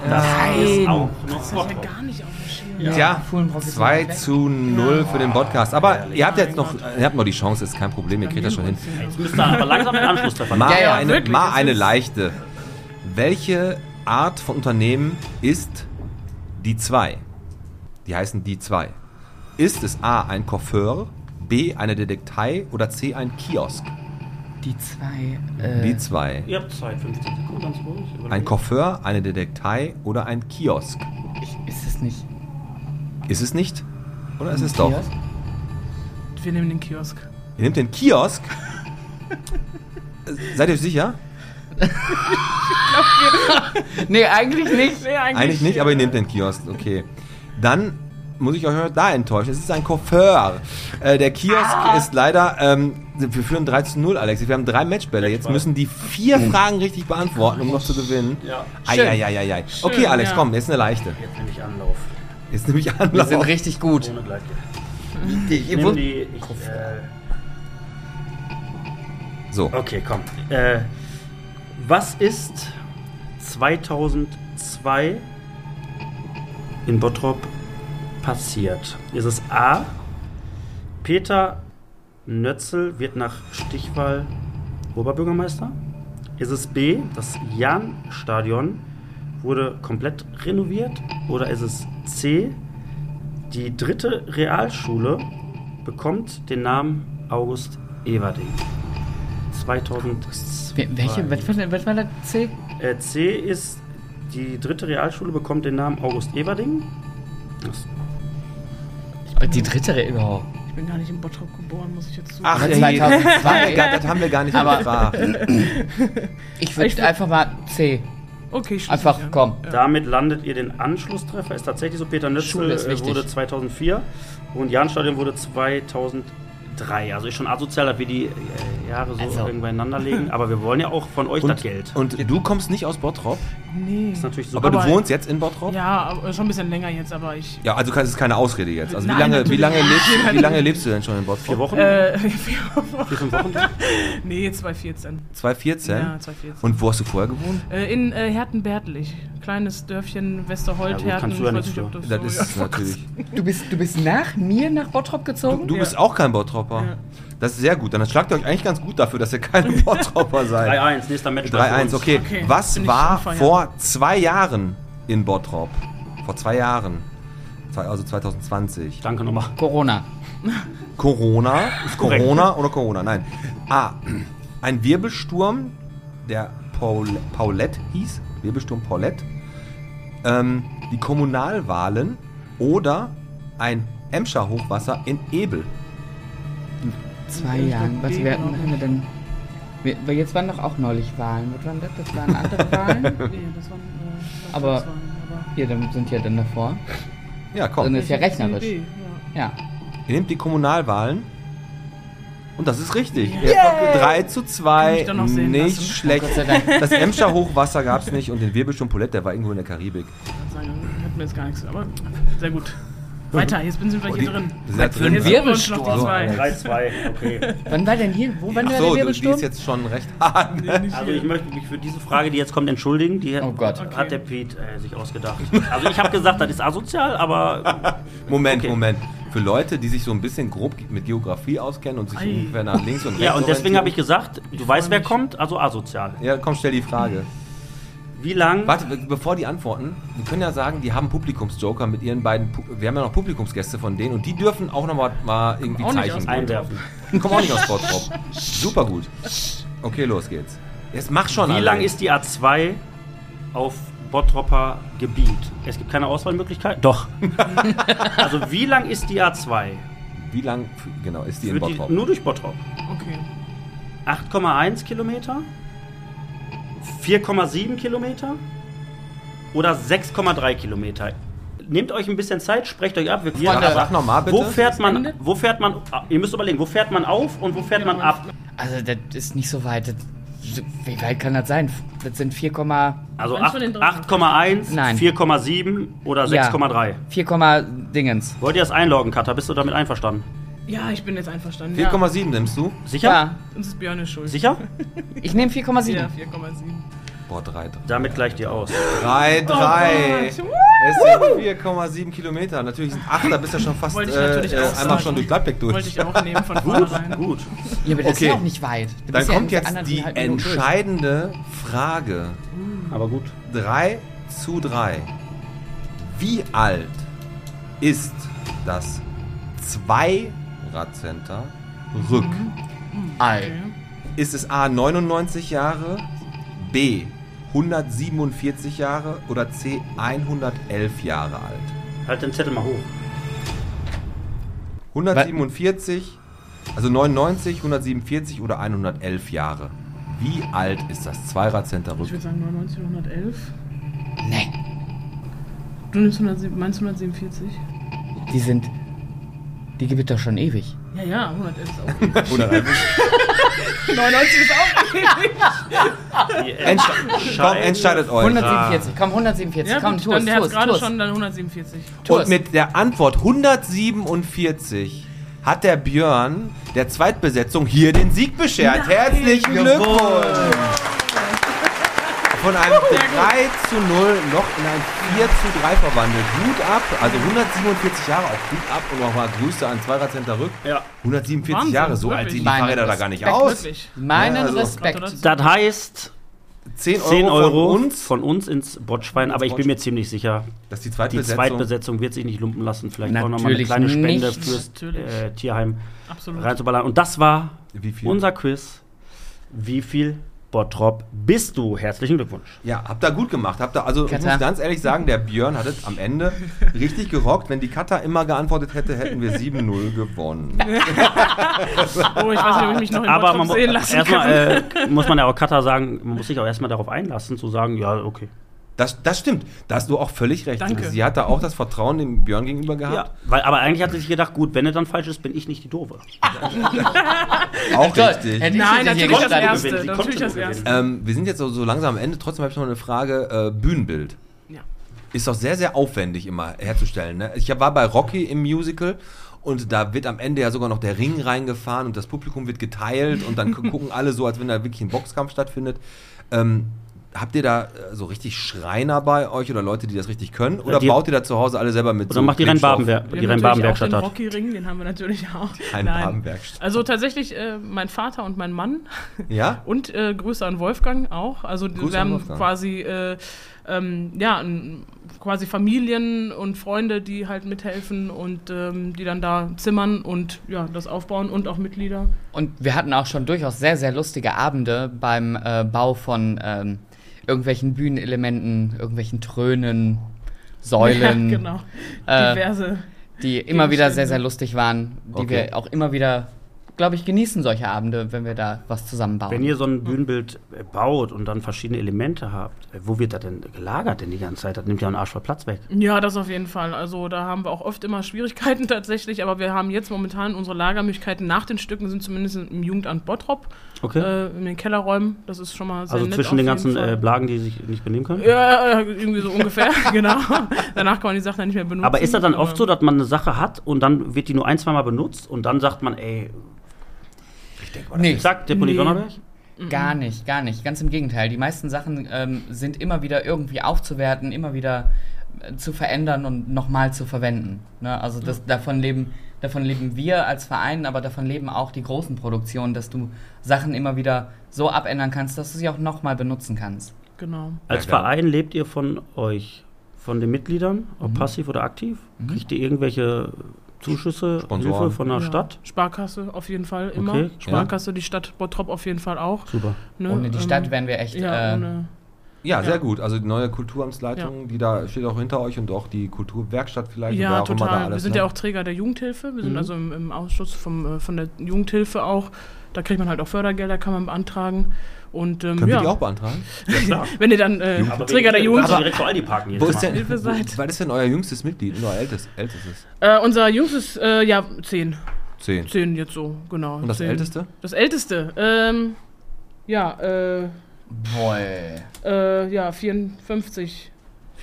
Das ist auch noch
Das ist ja
Bottrop.
gar nicht auf dem Schirm.
Tja,
Fuhlenbrock ist
2
weit weg.
zu 0 für den Podcast. Aber ihr habt jetzt noch,
genau.
ihr habt noch die Chance, ist kein Problem, ihr kriegt das schon hin.
Jetzt müsst ihr aber langsam den Anschluss treffen.
Mal,
Ja, ja,
eine,
wirklich,
mal
das
eine
ist-
leichte. Welche Art von Unternehmen ist die 2? Die heißen die 2. Ist es A, ein Coiffeur, B, eine Detektei oder C, ein Kiosk?
Die zwei. Äh,
Die 2.
Ihr habt Zeit, 15 Sekunden, ganz ruhig.
Ein Coiffeur, eine Detektei oder ein Kiosk?
ich, ist es nicht.
Ist es nicht? Oder ist es doch?
Kiosk?
Wir nehmen den Kiosk.
Ihr nehmt den Kiosk? Seid ihr euch sicher?
Nee, eigentlich nicht.
Nee,
Eigentlich nicht, aber ihr nehmt den Kiosk. Okay. Dann muss ich euch heute da enttäuschen. Es ist ein Koffer. Äh, der Kiosk
Ah.
ist leider. Ähm, wir führen 3 zu 0, Alex. Wir haben drei Matchbälle. Jetzt müssen die vier Fragen richtig beantworten, um noch zu gewinnen. Ja.
Schön.
Eieieiei. Okay,
Schön,
Alex,
ja.
komm, jetzt eine leichte.
Jetzt nehme ich Anlauf.
Jetzt nehme ich an.
Wir sind richtig gut.
Ohne Gleitgel.
Ich,
Ich nehme die. Ich, äh,
So.
okay, komm. Äh, was ist 2002 in Bottrop passiert? Ist es A. Peter Nötzel wird nach Stichwahl Oberbürgermeister? Ist es B. Das Jahn-Stadion wurde komplett renoviert? Oder ist es C. Die dritte Realschule bekommt den Namen August Everding. 2000.
Wel- Welche? Was, war denn- was war das? C?
Äh, C ist die dritte Realschule bekommt den Namen August Everding. Das-
Die dritte Regel. Oh.
Ich bin gar nicht in Bottrop geboren, muss ich jetzt zugeben.
Ach,
Aber
ey,
2002.
Das das haben wir gar nicht
Aber-
gefragt.
Ich würde einfach mal C.
Okay, schließ
Einfach
mich an.
komm.
Damit landet ihr den Anschlusstreffer. Ist tatsächlich so. Peter Nützel
Schule ist
äh,
wichtig.
wurde 2004 und Jahnstadion wurde 2003. Also ist schon asozial, dass wir die äh, Jahre so
Also.
irgendwie beieinander legen. Aber wir wollen ja auch von euch das
Und,
Geld.
und du kommst nicht aus Bottrop,
Nee.
ist natürlich so.
aber,
Aber-
du wohnst jetzt in Bottrop?
Ja, aber schon ein bisschen länger jetzt, aber ich.
Ja, also kannst- es ist keine Ausrede jetzt. Also wie
Nein,
lange, wie
natürlich
lange, lebst, wie lange lebst du denn schon in Bottrop?
vier Wochen?
Äh,
vier, fünf Wochen?
nee, 2014.
2014?
Ja, 2014.
Und wo hast du vorher gewohnt?
Äh, in äh, Herten-Bertlich. Kleines Dörfchen Westerholt,
Ja, gut,
Herten.
kannst du ja
ich
nichts
ob
für.
das
Das
so-
ist
ja.
natürlich.
Du bist, du bist nach mir nach Bottrop gezogen?
Du bist auch kein Bottropper.
Ja.
Das ist sehr gut. Dann schlagt ihr euch eigentlich ganz gut dafür, dass ihr kein Bottropper seid.
3-1, nächster Match.
3-1, okay.
Okay,
Was
bin ich
war
schon
vor zwei Jahren in Bottrop? Vor zwei Jahren. Zwei- Also 2020.
Danke nochmal.
Corona.
Corona. Ist
korrekt.
Corona oder Corona? Nein. A. Ein Wirbelsturm, der Paul, Paulette hieß. Wirbelsturm Paulette. Ähm, die Kommunalwahlen oder ein Emscher Hochwasser in Ebel.
Zwei Jahren. Was, wir hatten, was haben wir denn? Wir, weil jetzt waren doch auch neulich Wahlen. Was waren das? Das waren andere Wahlen.
Nee, das waren, äh,
Aber-
Landtagswahlen, aber-
Hier, dann sind ja dann davor.
Ja, komm.
Dann ist ja
Ich hab's
rechnerisch.
in die Idee, ja.
Ja.
Ihr nehmt die Kommunalwahlen. Und das ist richtig. Yeah. 3 zu 2.
mich doch noch sehen
Nicht
lassen.
schlecht.
Oh Gott sei Dank.
Das Emscher Hochwasser gab es nicht und den Wirbelsturm Paulette, der war irgendwo in der Karibik.
Ich würd sagen, Hat mir jetzt gar nichts, aber sehr gut. Weiter, jetzt sind wir hier drin.
Ihr seid drin.
Jetzt
ne?
haben wir uns noch die
Wirbelsturm.
zwei.
3-2, okay.
Wann war denn hier? Wo wann
Ach
war
so,
der
du, die ist
Wirbelsturm?
jetzt schon recht hart. Ne?
Also ich möchte mich für diese Frage, die jetzt kommt, entschuldigen. Die
Oh Gott.
hat der Pete äh, sich ausgedacht. Also ich habe gesagt, das ist asozial, aber
Moment,
Okay.
Moment. Für Leute, die sich so ein bisschen grob ge- mit Geografie auskennen und sich
Ei.
ungefähr nach links und rechts
ja, und deswegen habe ich
orientieren.
gesagt, du weißt, wer kommt, also asozial.
Ja, komm, stell die Frage.
Wie lang?
Warte, be- bevor die antworten, wir können ja sagen, die haben Publikumsjoker mit ihren beiden. Pu wir haben ja noch Publikumsgäste von denen und die dürfen auch nochmal mal irgendwie
auch nicht
zeichnen.
aus
Einwerfen.
Komm auch nicht aus Bottrop. Super gut. Okay, los geht's. Jetzt mach schon
Wie
allein.
lang ist die A2 auf Bottropper Gebiet? Es gibt keine Auswahlmöglichkeit? Doch. also wie lang ist die A2?
Wie lang f- genau ist die in
Für die,
Bottrop?
nur durch Bottrop.
Okay.
8,1 Kilometer, 4,7 Kilometer oder 6,3 Kilometer. Nehmt euch ein bisschen Zeit, sprecht euch ab. Wir
Sag, sag nochmal bitte.
wo fährt man? Wo fährt man? ah, Ihr müsst überlegen, wo fährt man auf und wo fährt man ab?
Also, das ist nicht so weit. Das, wie weit kann das sein? Das sind 4,4,
Also
Eins
acht-
von den drei.
8,1,
Nein.
4,7 oder
Ja.
6,3.
Dingens.
Wollt ihr das einloggen, Katha? Bist du damit einverstanden?
Ja, ich bin jetzt einverstanden. Ja.
4,7 nimmst du?
Sicher?
Ja,
Uns ist Björn schuld.
Sicher?
ich nehme 4,7.
Ja, 4,7.
Boah, 3, 3.
Damit gleicht ihr aus.
3, 3.
Oh Gott.
Es sind 4,7 Kilometer. Natürlich sind 8, da bist du ja schon fast
Wollte ich
äh,
natürlich
äh,
auch
einmal
sagen.
schon durch Gladbeck durch.
Wollte ich auch nehmen von
Gut,
vornherein.
gut.
Ja, aber das
Okay.
ist ja auch nicht weit. Du
Dann
bist ja
kommt
in
jetzt die
anderthalb Minuten durch.
entscheidende Frage.
Aber gut.
3 zu 3. Wie alt ist das Zweiradcenter Rück?
Mhm.
Ei.
Ist es A 99 Jahre, B 147 Jahre oder C 111 Jahre alt?
Halt den Zettel mal hoch.
147, also 99, 147 oder 111 Jahre. Wie alt ist das Zweiradcenter
Ich
Rück?
würde sagen 99 oder 111.
Nee,
Du nimmst 107, meinst 147?
die sind. Die gibt es doch schon ewig.
Ja, ja, 111 ist auch.
Entsch komm, entscheidet euch.
147, komm, 147,
Ja,
komm,
gut,
tu
dann
es,
der
tu
hat
es,
gerade
tu
schon
es.
dann 147.
Tu
Und
es.
mit der Antwort 147 hat der Björn der Zweitbesetzung hier den Sieg beschert. Herzlichen Glückwunsch! Von einem 3 zu 0 noch in ein 4 zu 3 verwandelt. Hut ab, also 147 Jahre auch Hut ab und nochmal Grüße an Zweiradcenter Rück.
Ja.
147
Wahnsinn,
Jahre, so
wirklich.
alt sehen die
Meine
Fahrräder da
Respekt,
gar nicht aus.
Wirklich.
Meinen
Ja, also-
Respekt.
Das heißt,
10 Euro,
10 Euro
von uns.
von uns ins Botschwein, aber ich bin mir ziemlich sicher,
Das ist die
die
Zweitbesetzung.
Zweitbesetzung wird sich nicht lumpen lassen. Vielleicht auch nochmal eine
Natürlich
kleine Spende
nicht.
fürs
Natürlich.
äh, Tierheim
Absolut.
reinzuballern. Und das war
Wie viel?
unser Quiz. Wie viel Bottrop bist du? Herzlichen Glückwunsch.
Ja, habt ihr gut gemacht. Habt ihr, also ich
Katha.
muss ganz ehrlich sagen, der Björn hat es am Ende richtig gerockt. Wenn die Katha immer geantwortet hätte, hätten wir 7-0 gewonnen.
Oh, ich weiß nicht, ob ich mich noch in
Aber
Bottrop
man mu
sehen lassen
erstmal
kann.
äh, muss man ja auch Katar sagen, man muss sich auch erstmal darauf einlassen, zu sagen, ja, okay.
Das, das stimmt. Da hast du auch völlig recht.
Danke.
Sie hat da auch das Vertrauen dem Björn gegenüber gehabt.
Ja, weil, aber eigentlich hat sie sich gedacht, gut, wenn es dann falsch ist, bin ich nicht die Doofe. Also
Auch
Toll,
richtig.
hätte ich
Nein,
sie dir
natürlich das
gestanden.
Erste.
gewinnen. Die
Natürlich
konnte
das
nur
Erste.
Ähm, wir sind jetzt so, so langsam am Ende. Trotzdem habe ich noch eine Frage. Äh, Bühnenbild.
Ja.
Ist doch sehr, sehr aufwendig immer herzustellen. Ne? Ich war bei Rocky im Musical und da wird am Ende ja sogar noch der Ring reingefahren und das Publikum wird geteilt und dann gu- gucken alle so, als wenn da wirklich ein Boxkampf stattfindet. Ähm, habt ihr da äh, so richtig Schreiner bei euch oder Leute, die das richtig können? Oder
die-
baut ihr da zu Hause alle selber mit?
Oder macht die Rennbabenwer-
Wir
die
haben natürlich
Rennbabenwerkstatt
auch den
hat.
Rocky-Ring, den haben wir natürlich auch.
Ein
Nein.
Babenwerkstatt.
Also tatsächlich äh, mein Vater und mein Mann
Ja?
und äh, Grüße an Wolfgang auch. Also
Grüße an
wir haben
Wolfgang.
quasi äh, ähm, ja n- quasi Familien und Freunde, die halt mithelfen und ähm, die dann da zimmern und ja das aufbauen und auch Mitglieder.
Und wir hatten auch schon durchaus sehr, sehr lustige Abende beim äh, Bau von ähm, irgendwelchen Bühnenelementen, irgendwelchen Trönen, Säulen,
Ja, genau.
äh,
Diverse.
die immer wieder sehr,
Gegenstände.
sehr lustig waren, die
Okay.
wir auch immer wieder, glaube ich, genießen solche Abende, wenn wir da was zusammenbauen.
Wenn ihr so ein Bühnenbild äh, baut und dann verschiedene Elemente habt, äh, wo wird das denn gelagert denn die ganze Zeit? Das nimmt ja einen Arsch voll Platz weg.
Ja, das auf jeden Fall. Also da haben wir auch oft immer Schwierigkeiten tatsächlich, aber wir haben jetzt momentan unsere Lagermöglichkeiten nach den Stücken sind zumindest im Jugendamt Bottrop
Okay.
äh, in den Kellerräumen. Das ist schon mal sehr
also
nett
zwischen den
auf jeden
ganzen
Fall.
äh, Blagen, die sich nicht benehmen können?
Ja, äh, irgendwie so ungefähr, genau. Danach kann man die Sachen dann nicht mehr benutzen.
Aber ist das dann oft so, dass man eine Sache hat und dann wird die nur ein, zweimal benutzt und dann sagt man, ey,
nee,
zack, Deponie
Nee.
Donnerberg?
Mhm.
gar nicht, gar nicht. Ganz im Gegenteil. Die meisten Sachen ähm, sind immer wieder irgendwie aufzuwerten, immer wieder äh, zu verändern und nochmal zu verwenden. Ne? Also das, davon, leben, davon leben wir als Verein, aber davon leben auch die großen Produktionen, dass du Sachen immer wieder so abändern kannst, dass du sie auch nochmal benutzen kannst.
Genau.
Als
Ja, genau.
Verein lebt ihr von euch, von den Mitgliedern, ob
Mhm.
passiv oder aktiv? Kriegt ihr irgendwelche Zuschüsse,
Sponsoren.
Hilfe von der
Ja.
Stadt?
Sparkasse auf jeden Fall immer.
Okay.
Sparkasse, die Stadt Bottrop auf jeden Fall auch.
Super.
Ne?
Ohne die
ähm,
Stadt wären wir echt.
Ja,
äh,
ohne.
Ja, sehr
Ja.
gut. Also die neue Kulturamtsleitung, die da steht auch hinter euch und auch die Kulturwerkstatt vielleicht. und
ja
Also wer auch immer da
total.
alles,
Wir sind
ne? Mhm.
ja auch Träger der Jugendhilfe. Wir sind also im, im Ausschuss vom, äh, von der Jugendhilfe auch. Da kriegt man halt auch Fördergelder, kann man beantragen. Und ähm,
Können
ja,
wir die auch beantragen?
wenn ihr dann äh, Träger
Aber
der Jugendhilfe.
direkt vor Aldi parken jetzt
Wo ist
mal.
denn,
Hilfe
wo,
seid.
was ist denn euer jüngstes Mitglied? Nur euer ältestes? ältestes?
Äh, unser jüngstes, äh, ja, zehn.
Zehn.
Zehn jetzt so, genau.
Und das
zehn.
älteste?
Das älteste, ähm, ja, äh,
Boll.
Äh, ja, 54.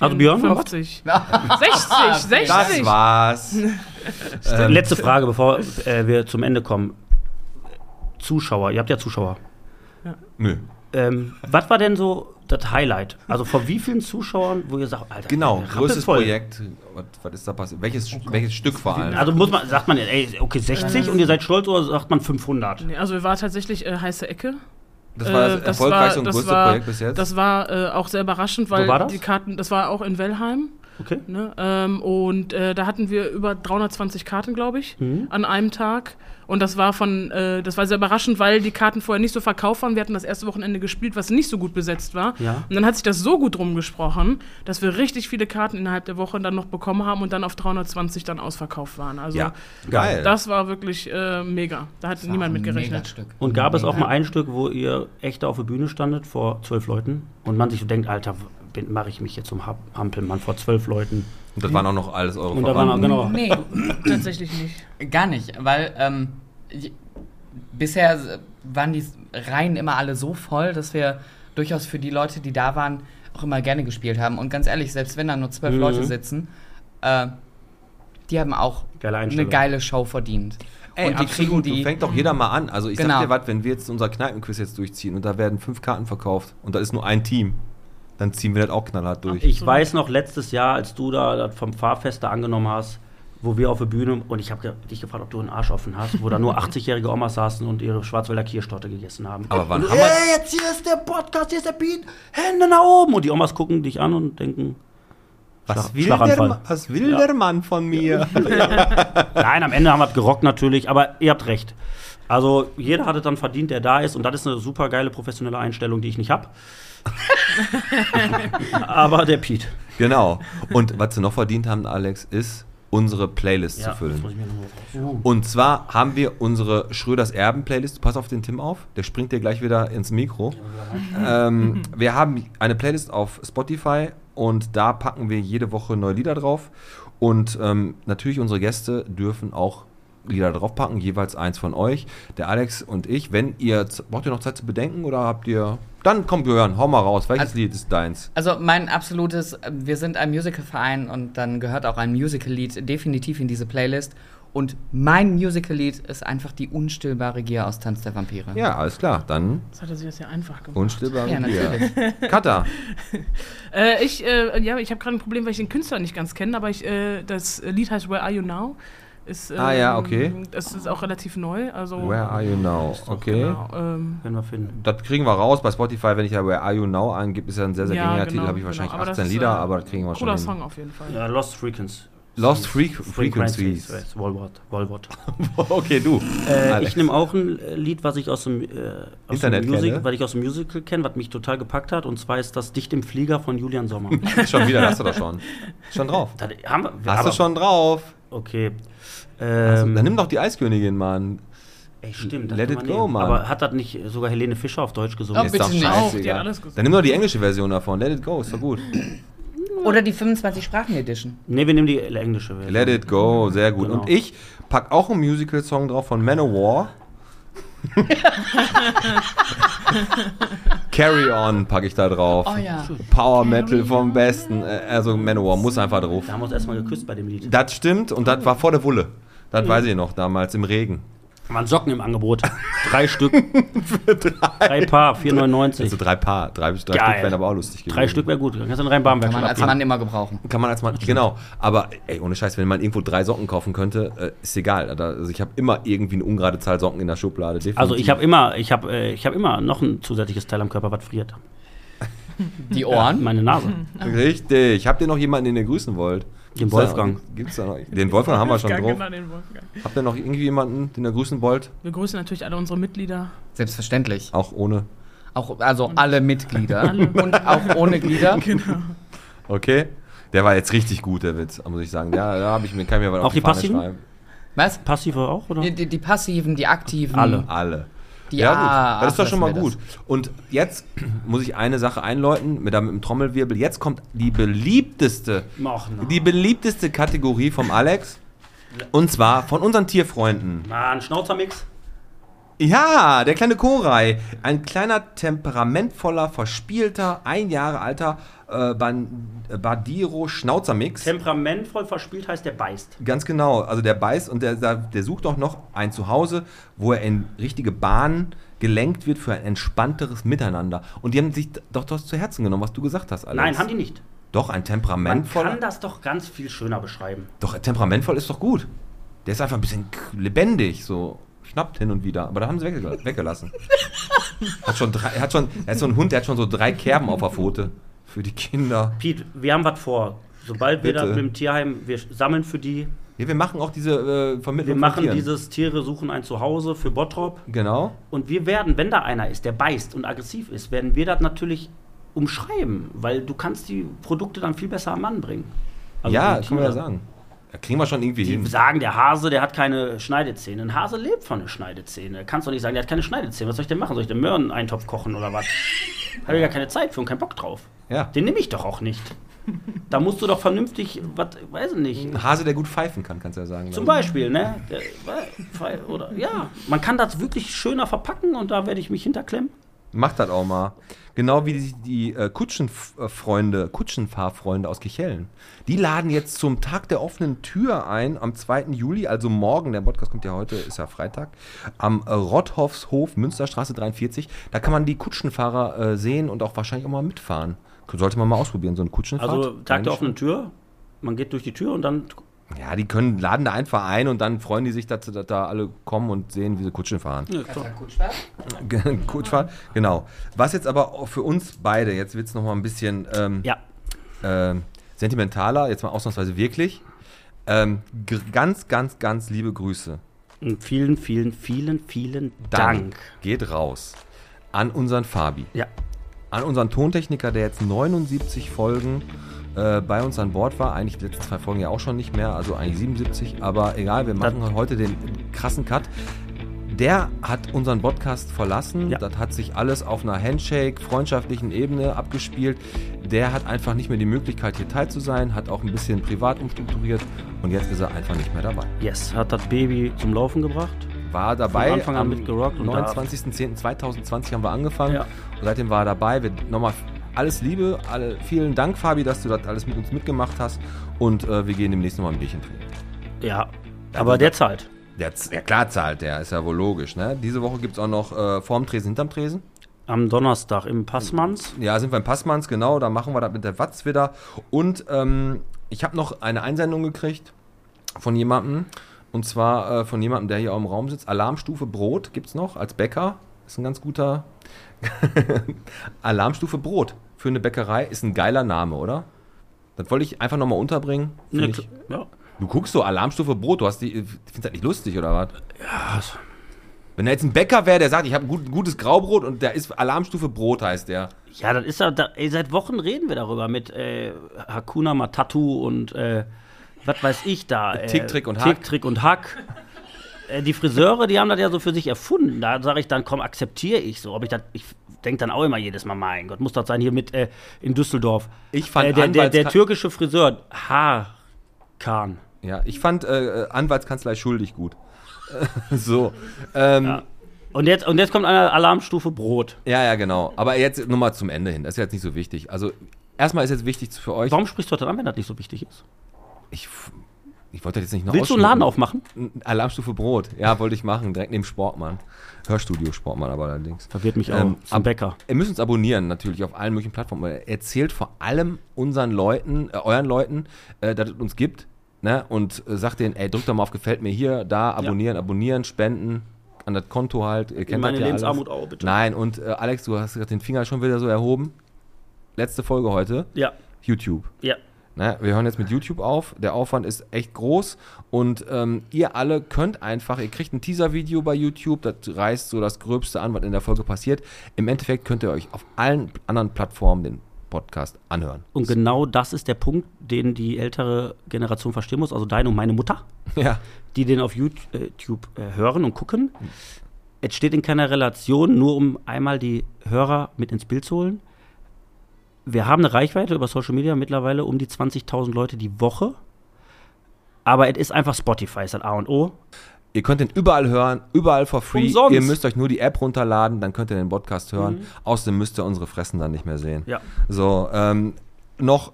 Also Björn, oder
50. 60, 60.
Das war's. ähm,
Letzte Frage, bevor äh, wir zum Ende kommen. Zuschauer, ihr habt ja Zuschauer.
nö.
Ähm, was war denn so das Highlight? Also vor wie vielen Zuschauern, wo ihr sagt, Alter,
Genau,
rappelvoll.
größtes Projekt. Was, was ist da passiert? Welches, welches Stück vor allem?
Also muss man, sagt man, ey, okay, 60 und ihr seid stolz oder sagt man 500?
Nee, also war tatsächlich äh, heiße Ecke.
das war das,
Äh,
erfolgreichste
war-
und
das
größte
war-
Projekt bis jetzt.
Das war äh, auch sehr überraschend, weil
war das?
die Karten, das war auch in Wellheim.
Okay.
Ne? Ähm, und äh, da hatten wir über 320 Karten, glaube ich, an einem Tag. Und das war von, äh, das war sehr überraschend, weil die Karten vorher nicht so verkauft waren. Wir hatten das erste Wochenende gespielt, was nicht so gut besetzt war.
Ja.
Und dann hat sich das so gut rumgesprochen, dass wir richtig viele Karten innerhalb der Woche dann noch bekommen haben und dann auf 320 dann ausverkauft waren. Also
Ja, geil.
das war wirklich äh, mega. Da hat niemand mit gerechnet.
Megastück.
Und gab es auch mal ein Stück, wo ihr echt auf der Bühne standet vor zwölf Leuten und man sich so denkt, Alter, mache ich mich jetzt zum Ham- Hampelmann vor zwölf Leuten?
Und das waren auch noch alles eure
Und da waren auch,
Verwandten.
genau.
Nee,
Tatsächlich nicht.
Gar nicht, weil ähm, j- bisher s- waren die Reihen immer alle so voll, dass wir durchaus für die Leute, die da waren, auch immer gerne gespielt haben. Und ganz ehrlich, selbst wenn da nur zwölf
Mhm.
Leute sitzen, äh, die haben auch
Geile
eine
Einstellung.
geile Show verdient.
Ey,
und die kriegen
absolut,
die.
Du fängt doch jeder mal an. Also ich
Genau.
sag dir was, wenn wir jetzt unser Kneipenquiz jetzt durchziehen und da werden fünf Karten verkauft und da ist nur ein Team, dann ziehen wir das auch knallhart durch.
Ich weiß noch letztes Jahr, als du da das vom Fahrfest da angenommen hast, wo wir auf der Bühne und ich habe ge dich gefragt, ob du einen Arsch offen hast, wo da nur 80-jährige Omas saßen und ihre Schwarzwälder Kirschtorte gegessen haben.
Aber war ein
und,
Hammer-
hey, jetzt hier ist der Podcast, hier ist der Beat, Hände nach oben und die Omas gucken dich an und denken,
was,
Schlag-
will der,
Schlaganfall.
Ma- was will der Mann von mir?
Nein, am Ende haben wir es gerockt natürlich, aber ihr habt recht. Also jeder hat es dann verdient, der da ist und das ist eine super geile professionelle Einstellung, die ich nicht habe. aber der Piet.
genau. Und was sie noch verdient haben, Alex, ist unsere Playlist zu
das
füllen.
muss ich mir noch mal- Oh,
Und zwar haben wir unsere Schröders Erben-Playlist. Pass auf den Tim auf, der springt dir gleich wieder ins Mikro. ähm, wir haben eine Playlist auf Spotify und da packen wir jede Woche neue Lieder drauf. Und ähm, natürlich unsere Gäste dürfen auch Lieder draufpacken, jeweils eins von euch. Der Alex und ich, wenn ihr, z- braucht ihr noch Zeit zu bedenken oder habt ihr, dann kommt Björn, hau mal raus, welches
Also-
Lied ist deins?
Also mein absolutes, äh, wir sind ein Musicalverein und dann gehört auch ein Musical-Lied definitiv in diese Playlist. Und mein Musical-Lied ist einfach die unstillbare Gier aus Tanz der Vampire.
Ja, alles klar, dann
Das hat er sich das ja einfach gemacht.
unstillbare
Ja, natürlich.
Bier. Katha,
Äh, ich äh, ja, ich habe gerade ein Problem, weil ich den Künstler nicht ganz kenne, aber ich, äh, das Lied heißt Where Are You Now? Ist,
Ah, ja,
ähm,
okay.
Das ist auch relativ neu. Also,
where are you now? Okay.
Genau, ähm,
Werden wir finden.
Das kriegen wir raus bei Spotify, wenn ich ja Where Are You Now eingebe, ist Also, ja ein sehr, sehr
Ja,
gängiger
genau,
Titel, habe ich wahrscheinlich
genau. Aber das
18
ist,
Lieder,
äh,
aber das kriegen wir schon
Cooler
hin.
Song auf jeden Fall.
Ja, Äh, Lost Frequencies.
Lost Frequ- Frequencies.
Walwart. Walwart.
Okay, du.
Äh,
Alex.
ich nehme auch ein äh, Lied, was ich aus dem, äh, aus
Internet
dem Music,
kenne.
was ich aus dem Musical kenne, was mich total gepackt hat. Und zwar ist das Dicht im Flieger von Julian Sommer.
schon wieder, hast du doch schon. Schon drauf.
Da haben wir,
Hast
aber-
du schon drauf.
Okay.
Also, dann nimm
Ähm,
doch die Eiskönigin, Mann.
ey, stimmt, das
Let
kann
it
man
go,
nehmen.
Mann.
Aber hat das nicht sogar Helene Fischer auf Deutsch gesungen?
Oh, bitte nicht.
Auch, die hat alles gesagt.
Dann nimm doch die englische Version davon. Let it go, ist doch gut.
Oder die 25 Sprachen Edition.
Nee, wir nehmen die englische Version.
Let it go, sehr gut.
Genau.
Und ich pack auch einen Musical-Song drauf von Manowar. Carry On packe ich da drauf.
Oh ja.
Power Metal vom Besten. Äh, Also Manowar muss einfach drauf.
Da haben wir uns erstmal geküsst bei dem Lied. Da
Das stimmt und das war vor der Wulle. Das weiß ich noch, damals im Regen.
waren Socken im Angebot. Drei Stück. Drei Paar,
Also
4,99.
drei Paar, drei, drei Stück
Geil.
wären aber auch lustig gewesen.
Drei Stück wäre gut. Dann kannst du einen reinen Barmwerk
Kann man als
abziehen.
Mann immer gebrauchen.
Kann man als Mann, genau. Aber ey, ohne Scheiß, wenn man irgendwo drei Socken kaufen könnte, äh, ist egal. Also ich habe immer irgendwie eine ungerade Zahl Socken in der Schublade. definitiv.
Also ich habe immer, ich habe, äh, ich habe immer noch ein zusätzliches Teil am Körper, was friert.
Die Ohren.
Meine Nase.
Hm.
Richtig. Habt ihr noch jemanden, den ihr grüßen wollt?
Den
Gibt's
Wolfgang.
Da, gibt's da noch, den Wolfgang haben wir schon
Wolfgang,
drauf.
genau, den Wolfgang.
Habt ihr noch irgendwie jemanden, den ihr grüßen wollt?
Wir grüßen natürlich alle unsere Mitglieder.
Selbstverständlich.
Auch ohne.
Auch, also alle Genau. Mitglieder. Und auch ohne Glieder.
Okay. Der war jetzt richtig gut, der Witz, muss ich sagen. Ja, da habe ich mir, kann ich mir was
Auch die
Fahne
Passiven?
schreiben.
Was?
Passive auch, oder?
Die, die, die passiven, die aktiven.
Alle.
Alle.
Die
Ja,
A-
gut. Das ist doch
ach,
schon
das
mal
wär
gut. Und jetzt muss ich eine Sache einläuten, mit, einem- mit dem Trommelwirbel. Jetzt kommt die beliebteste,
Ach, na.
die beliebteste Kategorie vom Alex. Und zwar von unseren Tierfreunden.
Mann, Schnauzermix.
Ja, der kleine Koray. Ein kleiner, temperamentvoller, verspielter, ein Jahre alter äh, Ban äh, Badiro-Schnauzermix.
Temperamentvoll verspielt heißt, der beißt.
Ganz genau. Also der beißt und der, der, der sucht auch noch ein Zuhause, wo er in richtige Bahnen gelenkt wird für ein entspannteres Miteinander. Und die haben sich doch das zu Herzen genommen, was du gesagt hast, Alex.
Nein, haben die nicht.
Doch, ein
Man kann
temperamentvoller.
das doch ganz viel schöner beschreiben.
Doch, temperamentvoll ist doch gut. Der ist einfach ein bisschen k- lebendig, so schnappt hin und wieder. Aber da haben sie weggel weggelassen. hat schon drei, hat schon, er ist so ein Hund, der hat schon so drei Kerben auf der Pfote. Für die Kinder.
Piet, wir haben was vor. Sobald wir da
Bitte.
mit dem Tierheim, wir sammeln für die.
Ja, wir machen auch diese äh,
Wir
Vermittlung. von
machen
Tieren.
dieses Tiere suchen ein Zuhause für Bottrop.
Genau.
Und wir werden, wenn da einer ist, der beißt und aggressiv ist, werden wir das natürlich umschreiben, weil du kannst die Produkte dann viel besser am Mann bringen. Also
ja,
die
können wir ja
Tiere.
sagen. Da kriegen wir schon irgendwie
Die
hin.
sagen, der Hase, der hat keine Schneidezähne. Ein Hase lebt von einer Schneidezähne. Kannst doch nicht sagen, der hat keine Schneidezähne. Was soll ich denn machen? Soll ich den Möhreneintopf kochen oder was? Habe ich gar keine Zeit für und keinen Bock drauf.
Ja.
Den nehme ich doch auch nicht. Da musst du doch vernünftig, was, weiß ich nicht.
Ein Hase, der gut pfeifen kann, kannst du ja sagen.
Zum Beispiel, ne? Der- Oder, ja, man kann das wirklich schöner verpacken und da werde ich mich hinterklemmen.
Macht das auch mal. Genau wie die, die äh, Kutschenfreunde, Kutschenfahrfreunde aus Kichellen. Die laden jetzt zum Tag der offenen Tür ein, am 2. Juli, also morgen. Der Podcast kommt ja heute, ist ja Freitag. Am äh, Rothoffshof, Münsterstraße 43. Da kann man die Kutschenfahrer äh, sehen und auch wahrscheinlich auch mal mitfahren. Sollte man mal ausprobieren, so ein Kutschenfahrt.
Also Tag der
Eigentlich-
offenen Tür. Man geht durch die Tür und dann
Ja, die können, laden da einfach ein und dann freuen die sich, dass, dass da alle kommen und sehen, wie sie Kutschen fahren.
ne,
Kutschfahrt, genau. Was jetzt aber auch für uns beide, jetzt wird es nochmal ein bisschen ähm,
ja,
ähm, sentimentaler, jetzt mal ausnahmsweise wirklich. Ähm, g- ganz, ganz, ganz liebe Grüße.
Und vielen, vielen, vielen, vielen Dank.
Geht raus an unseren Fabi.
Ja,
an unseren Tontechniker, der jetzt 79 Folgen äh, bei uns an Bord war. Eigentlich die letzten zwei Folgen ja auch schon nicht mehr, also eigentlich 77. Aber egal, wir machen heute den krassen Cut. Der hat unseren Podcast verlassen.
Ja.
Das hat sich alles auf einer Handshake, freundschaftlichen Ebene abgespielt. Der hat einfach nicht mehr die Möglichkeit, hier teil zu sein, hat auch ein bisschen privat umstrukturiert und jetzt ist er einfach nicht mehr dabei.
yes, hat das Baby zum Laufen gebracht.
War dabei.
Von Anfang an
am
mitgerockt und
29.10.2020 haben wir angefangen.
Ja.
Und seitdem war er dabei. Wir nochmal alles Liebe, alle, vielen Dank, Fabi, dass du das alles mit uns mitgemacht hast. Und äh, wir gehen demnächst nochmal ein Bierchen trinken.
Ja, aber derzeit.
Der, Z- ja, klar zahlt der, ist ja wohl logisch. Ne? Diese Woche gibt es auch noch äh, vorm Tresen, hinterm Tresen.
Am Donnerstag im Passmanns.
Ja, sind wir in Passmanns, genau, da machen wir das mit der Watz wieder. Und ähm, ich habe noch eine Einsendung gekriegt von jemandem, und zwar äh, von jemandem, der hier auch im Raum sitzt. Alarmstufe Brot gibt's noch als Bäcker. Ist ein ganz guter. Alarmstufe Brot für eine Bäckerei ist ein geiler Name, oder? Das wollte ich einfach nochmal unterbringen. Find ich,
Ne, Ja.
du guckst so, Alarmstufe Brot, du hast die, findest das nicht lustig, oder was?
Was?
Wenn da jetzt ein Bäcker wäre, der sagt, ich habe ein gut, gutes Graubrot und der ist Alarmstufe Brot, heißt der.
ja, das ist ja, da, ey, seit Wochen reden wir darüber mit äh, Hakuna Matatu und äh, was weiß ich da. Äh,
Tick, Trick und Hack.
Tick, Trick und Hack. Äh, Die Friseure, die haben das ja so für sich erfunden. Da sage ich dann, komm, akzeptiere ich so. Ob ich das, ich denke dann auch immer jedes Mal, mein Gott, muss das sein hier mit äh, in Düsseldorf.
Ich fand
äh, der, der, der
Anwaltska-
türkische Friseur, Hakan.
Ja, ich fand äh, äh, Anwaltskanzlei schuldig gut. Äh, so. Ähm, ja.
Und jetzt, und jetzt kommt eine Alarmstufe Brot.
ja, genau. Aber jetzt nochmal zum Ende hin. Das ist jetzt nicht so wichtig. Also, erstmal ist jetzt wichtig für euch.
Warum sprichst du das an, wenn das nicht so wichtig ist?
Ich, ich wollte das jetzt nicht noch
Willst du einen Laden aufmachen?
aufmachen? Alarmstufe Brot. Ja, wollte ich machen. Direkt neben Sportmann. Hörstudio Sportmann aber allerdings.
Verwirrt mich
Ähm,
auch.
ab-
Zum Bäcker.
Ihr müsst uns abonnieren, natürlich, auf allen möglichen Plattformen. Aber Erzählt vor allem unseren Leuten, äh, euren Leuten, äh, dass es uns gibt. Ne? Und äh, sagt denen, ey, drückt doch mal auf Gefällt mir hier, da, abonnieren, abonnieren, spenden. An das Konto halt. Ihr kennt
meine
das ja
Lebensarmut
alles.
auch, bitte.
Nein, und äh, Alex, du hast gerade den Finger schon wieder so erhoben. Letzte Folge heute.
Ja,
YouTube.
ja.
Ne, wir hören jetzt mit YouTube auf. Der Aufwand ist echt groß. Und ähm, ihr alle könnt einfach, ihr kriegt ein Teaser-Video bei YouTube, das reißt so das Gröbste an, was in der Folge passiert. Im Endeffekt könnt ihr euch auf allen anderen Plattformen den Podcast anhören.
Und genau das ist der Punkt, den die ältere Generation verstehen muss, also deine und meine Mutter,
Ja.
die den auf YouTube, äh, Tube, äh, hören und gucken. Es steht in keiner Relation, nur um einmal die Hörer mit ins Bild zu holen. Wir haben eine Reichweite über Social Media mittlerweile um die 20.000 Leute die Woche. Aber es ist einfach Spotify, ist das A und O.
Ihr könnt den überall hören, überall for free.
Umsonst. Mhm.
Ihr müsst euch nur die App runterladen, dann könnt ihr den Podcast hören. Außerdem müsst ihr unsere Fressen dann nicht mehr sehen.
Ja.
So, ähm, noch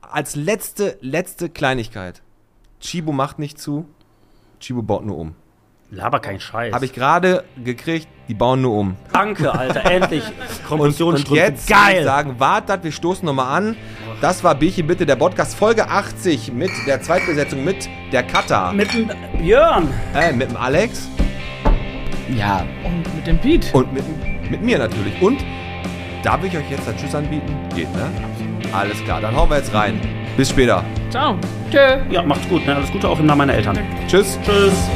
als letzte, letzte Kleinigkeit. Chibo macht nicht zu, Chibo baut nur um.
Laber kein Scheiß.
Habe ich gerade gekriegt, die bauen nur um.
Danke, Alter, endlich.
Und, und
Kompressionsstrümpfe,
jetzt Geil. ich sagen, wartet, wir stoßen nochmal an. Das war Bierchen Bitte, der Podcast Folge 80 mit der Zweitbesetzung, mit der Kata, mit,
Mit dem Björn.
äh, mit dem Alex
Ja,
Und äh, mit dem Pete.
und mit, mit mir natürlich. Und da will ich euch jetzt das Tschüss anbieten. Geht, ne? Alles klar, dann hauen wir jetzt rein. Bis später.
Ciao.
Tschö.
Ja, macht's gut. Ne? Alles Gute auch im Namen meiner Eltern.
Tschüss.
Tschüss.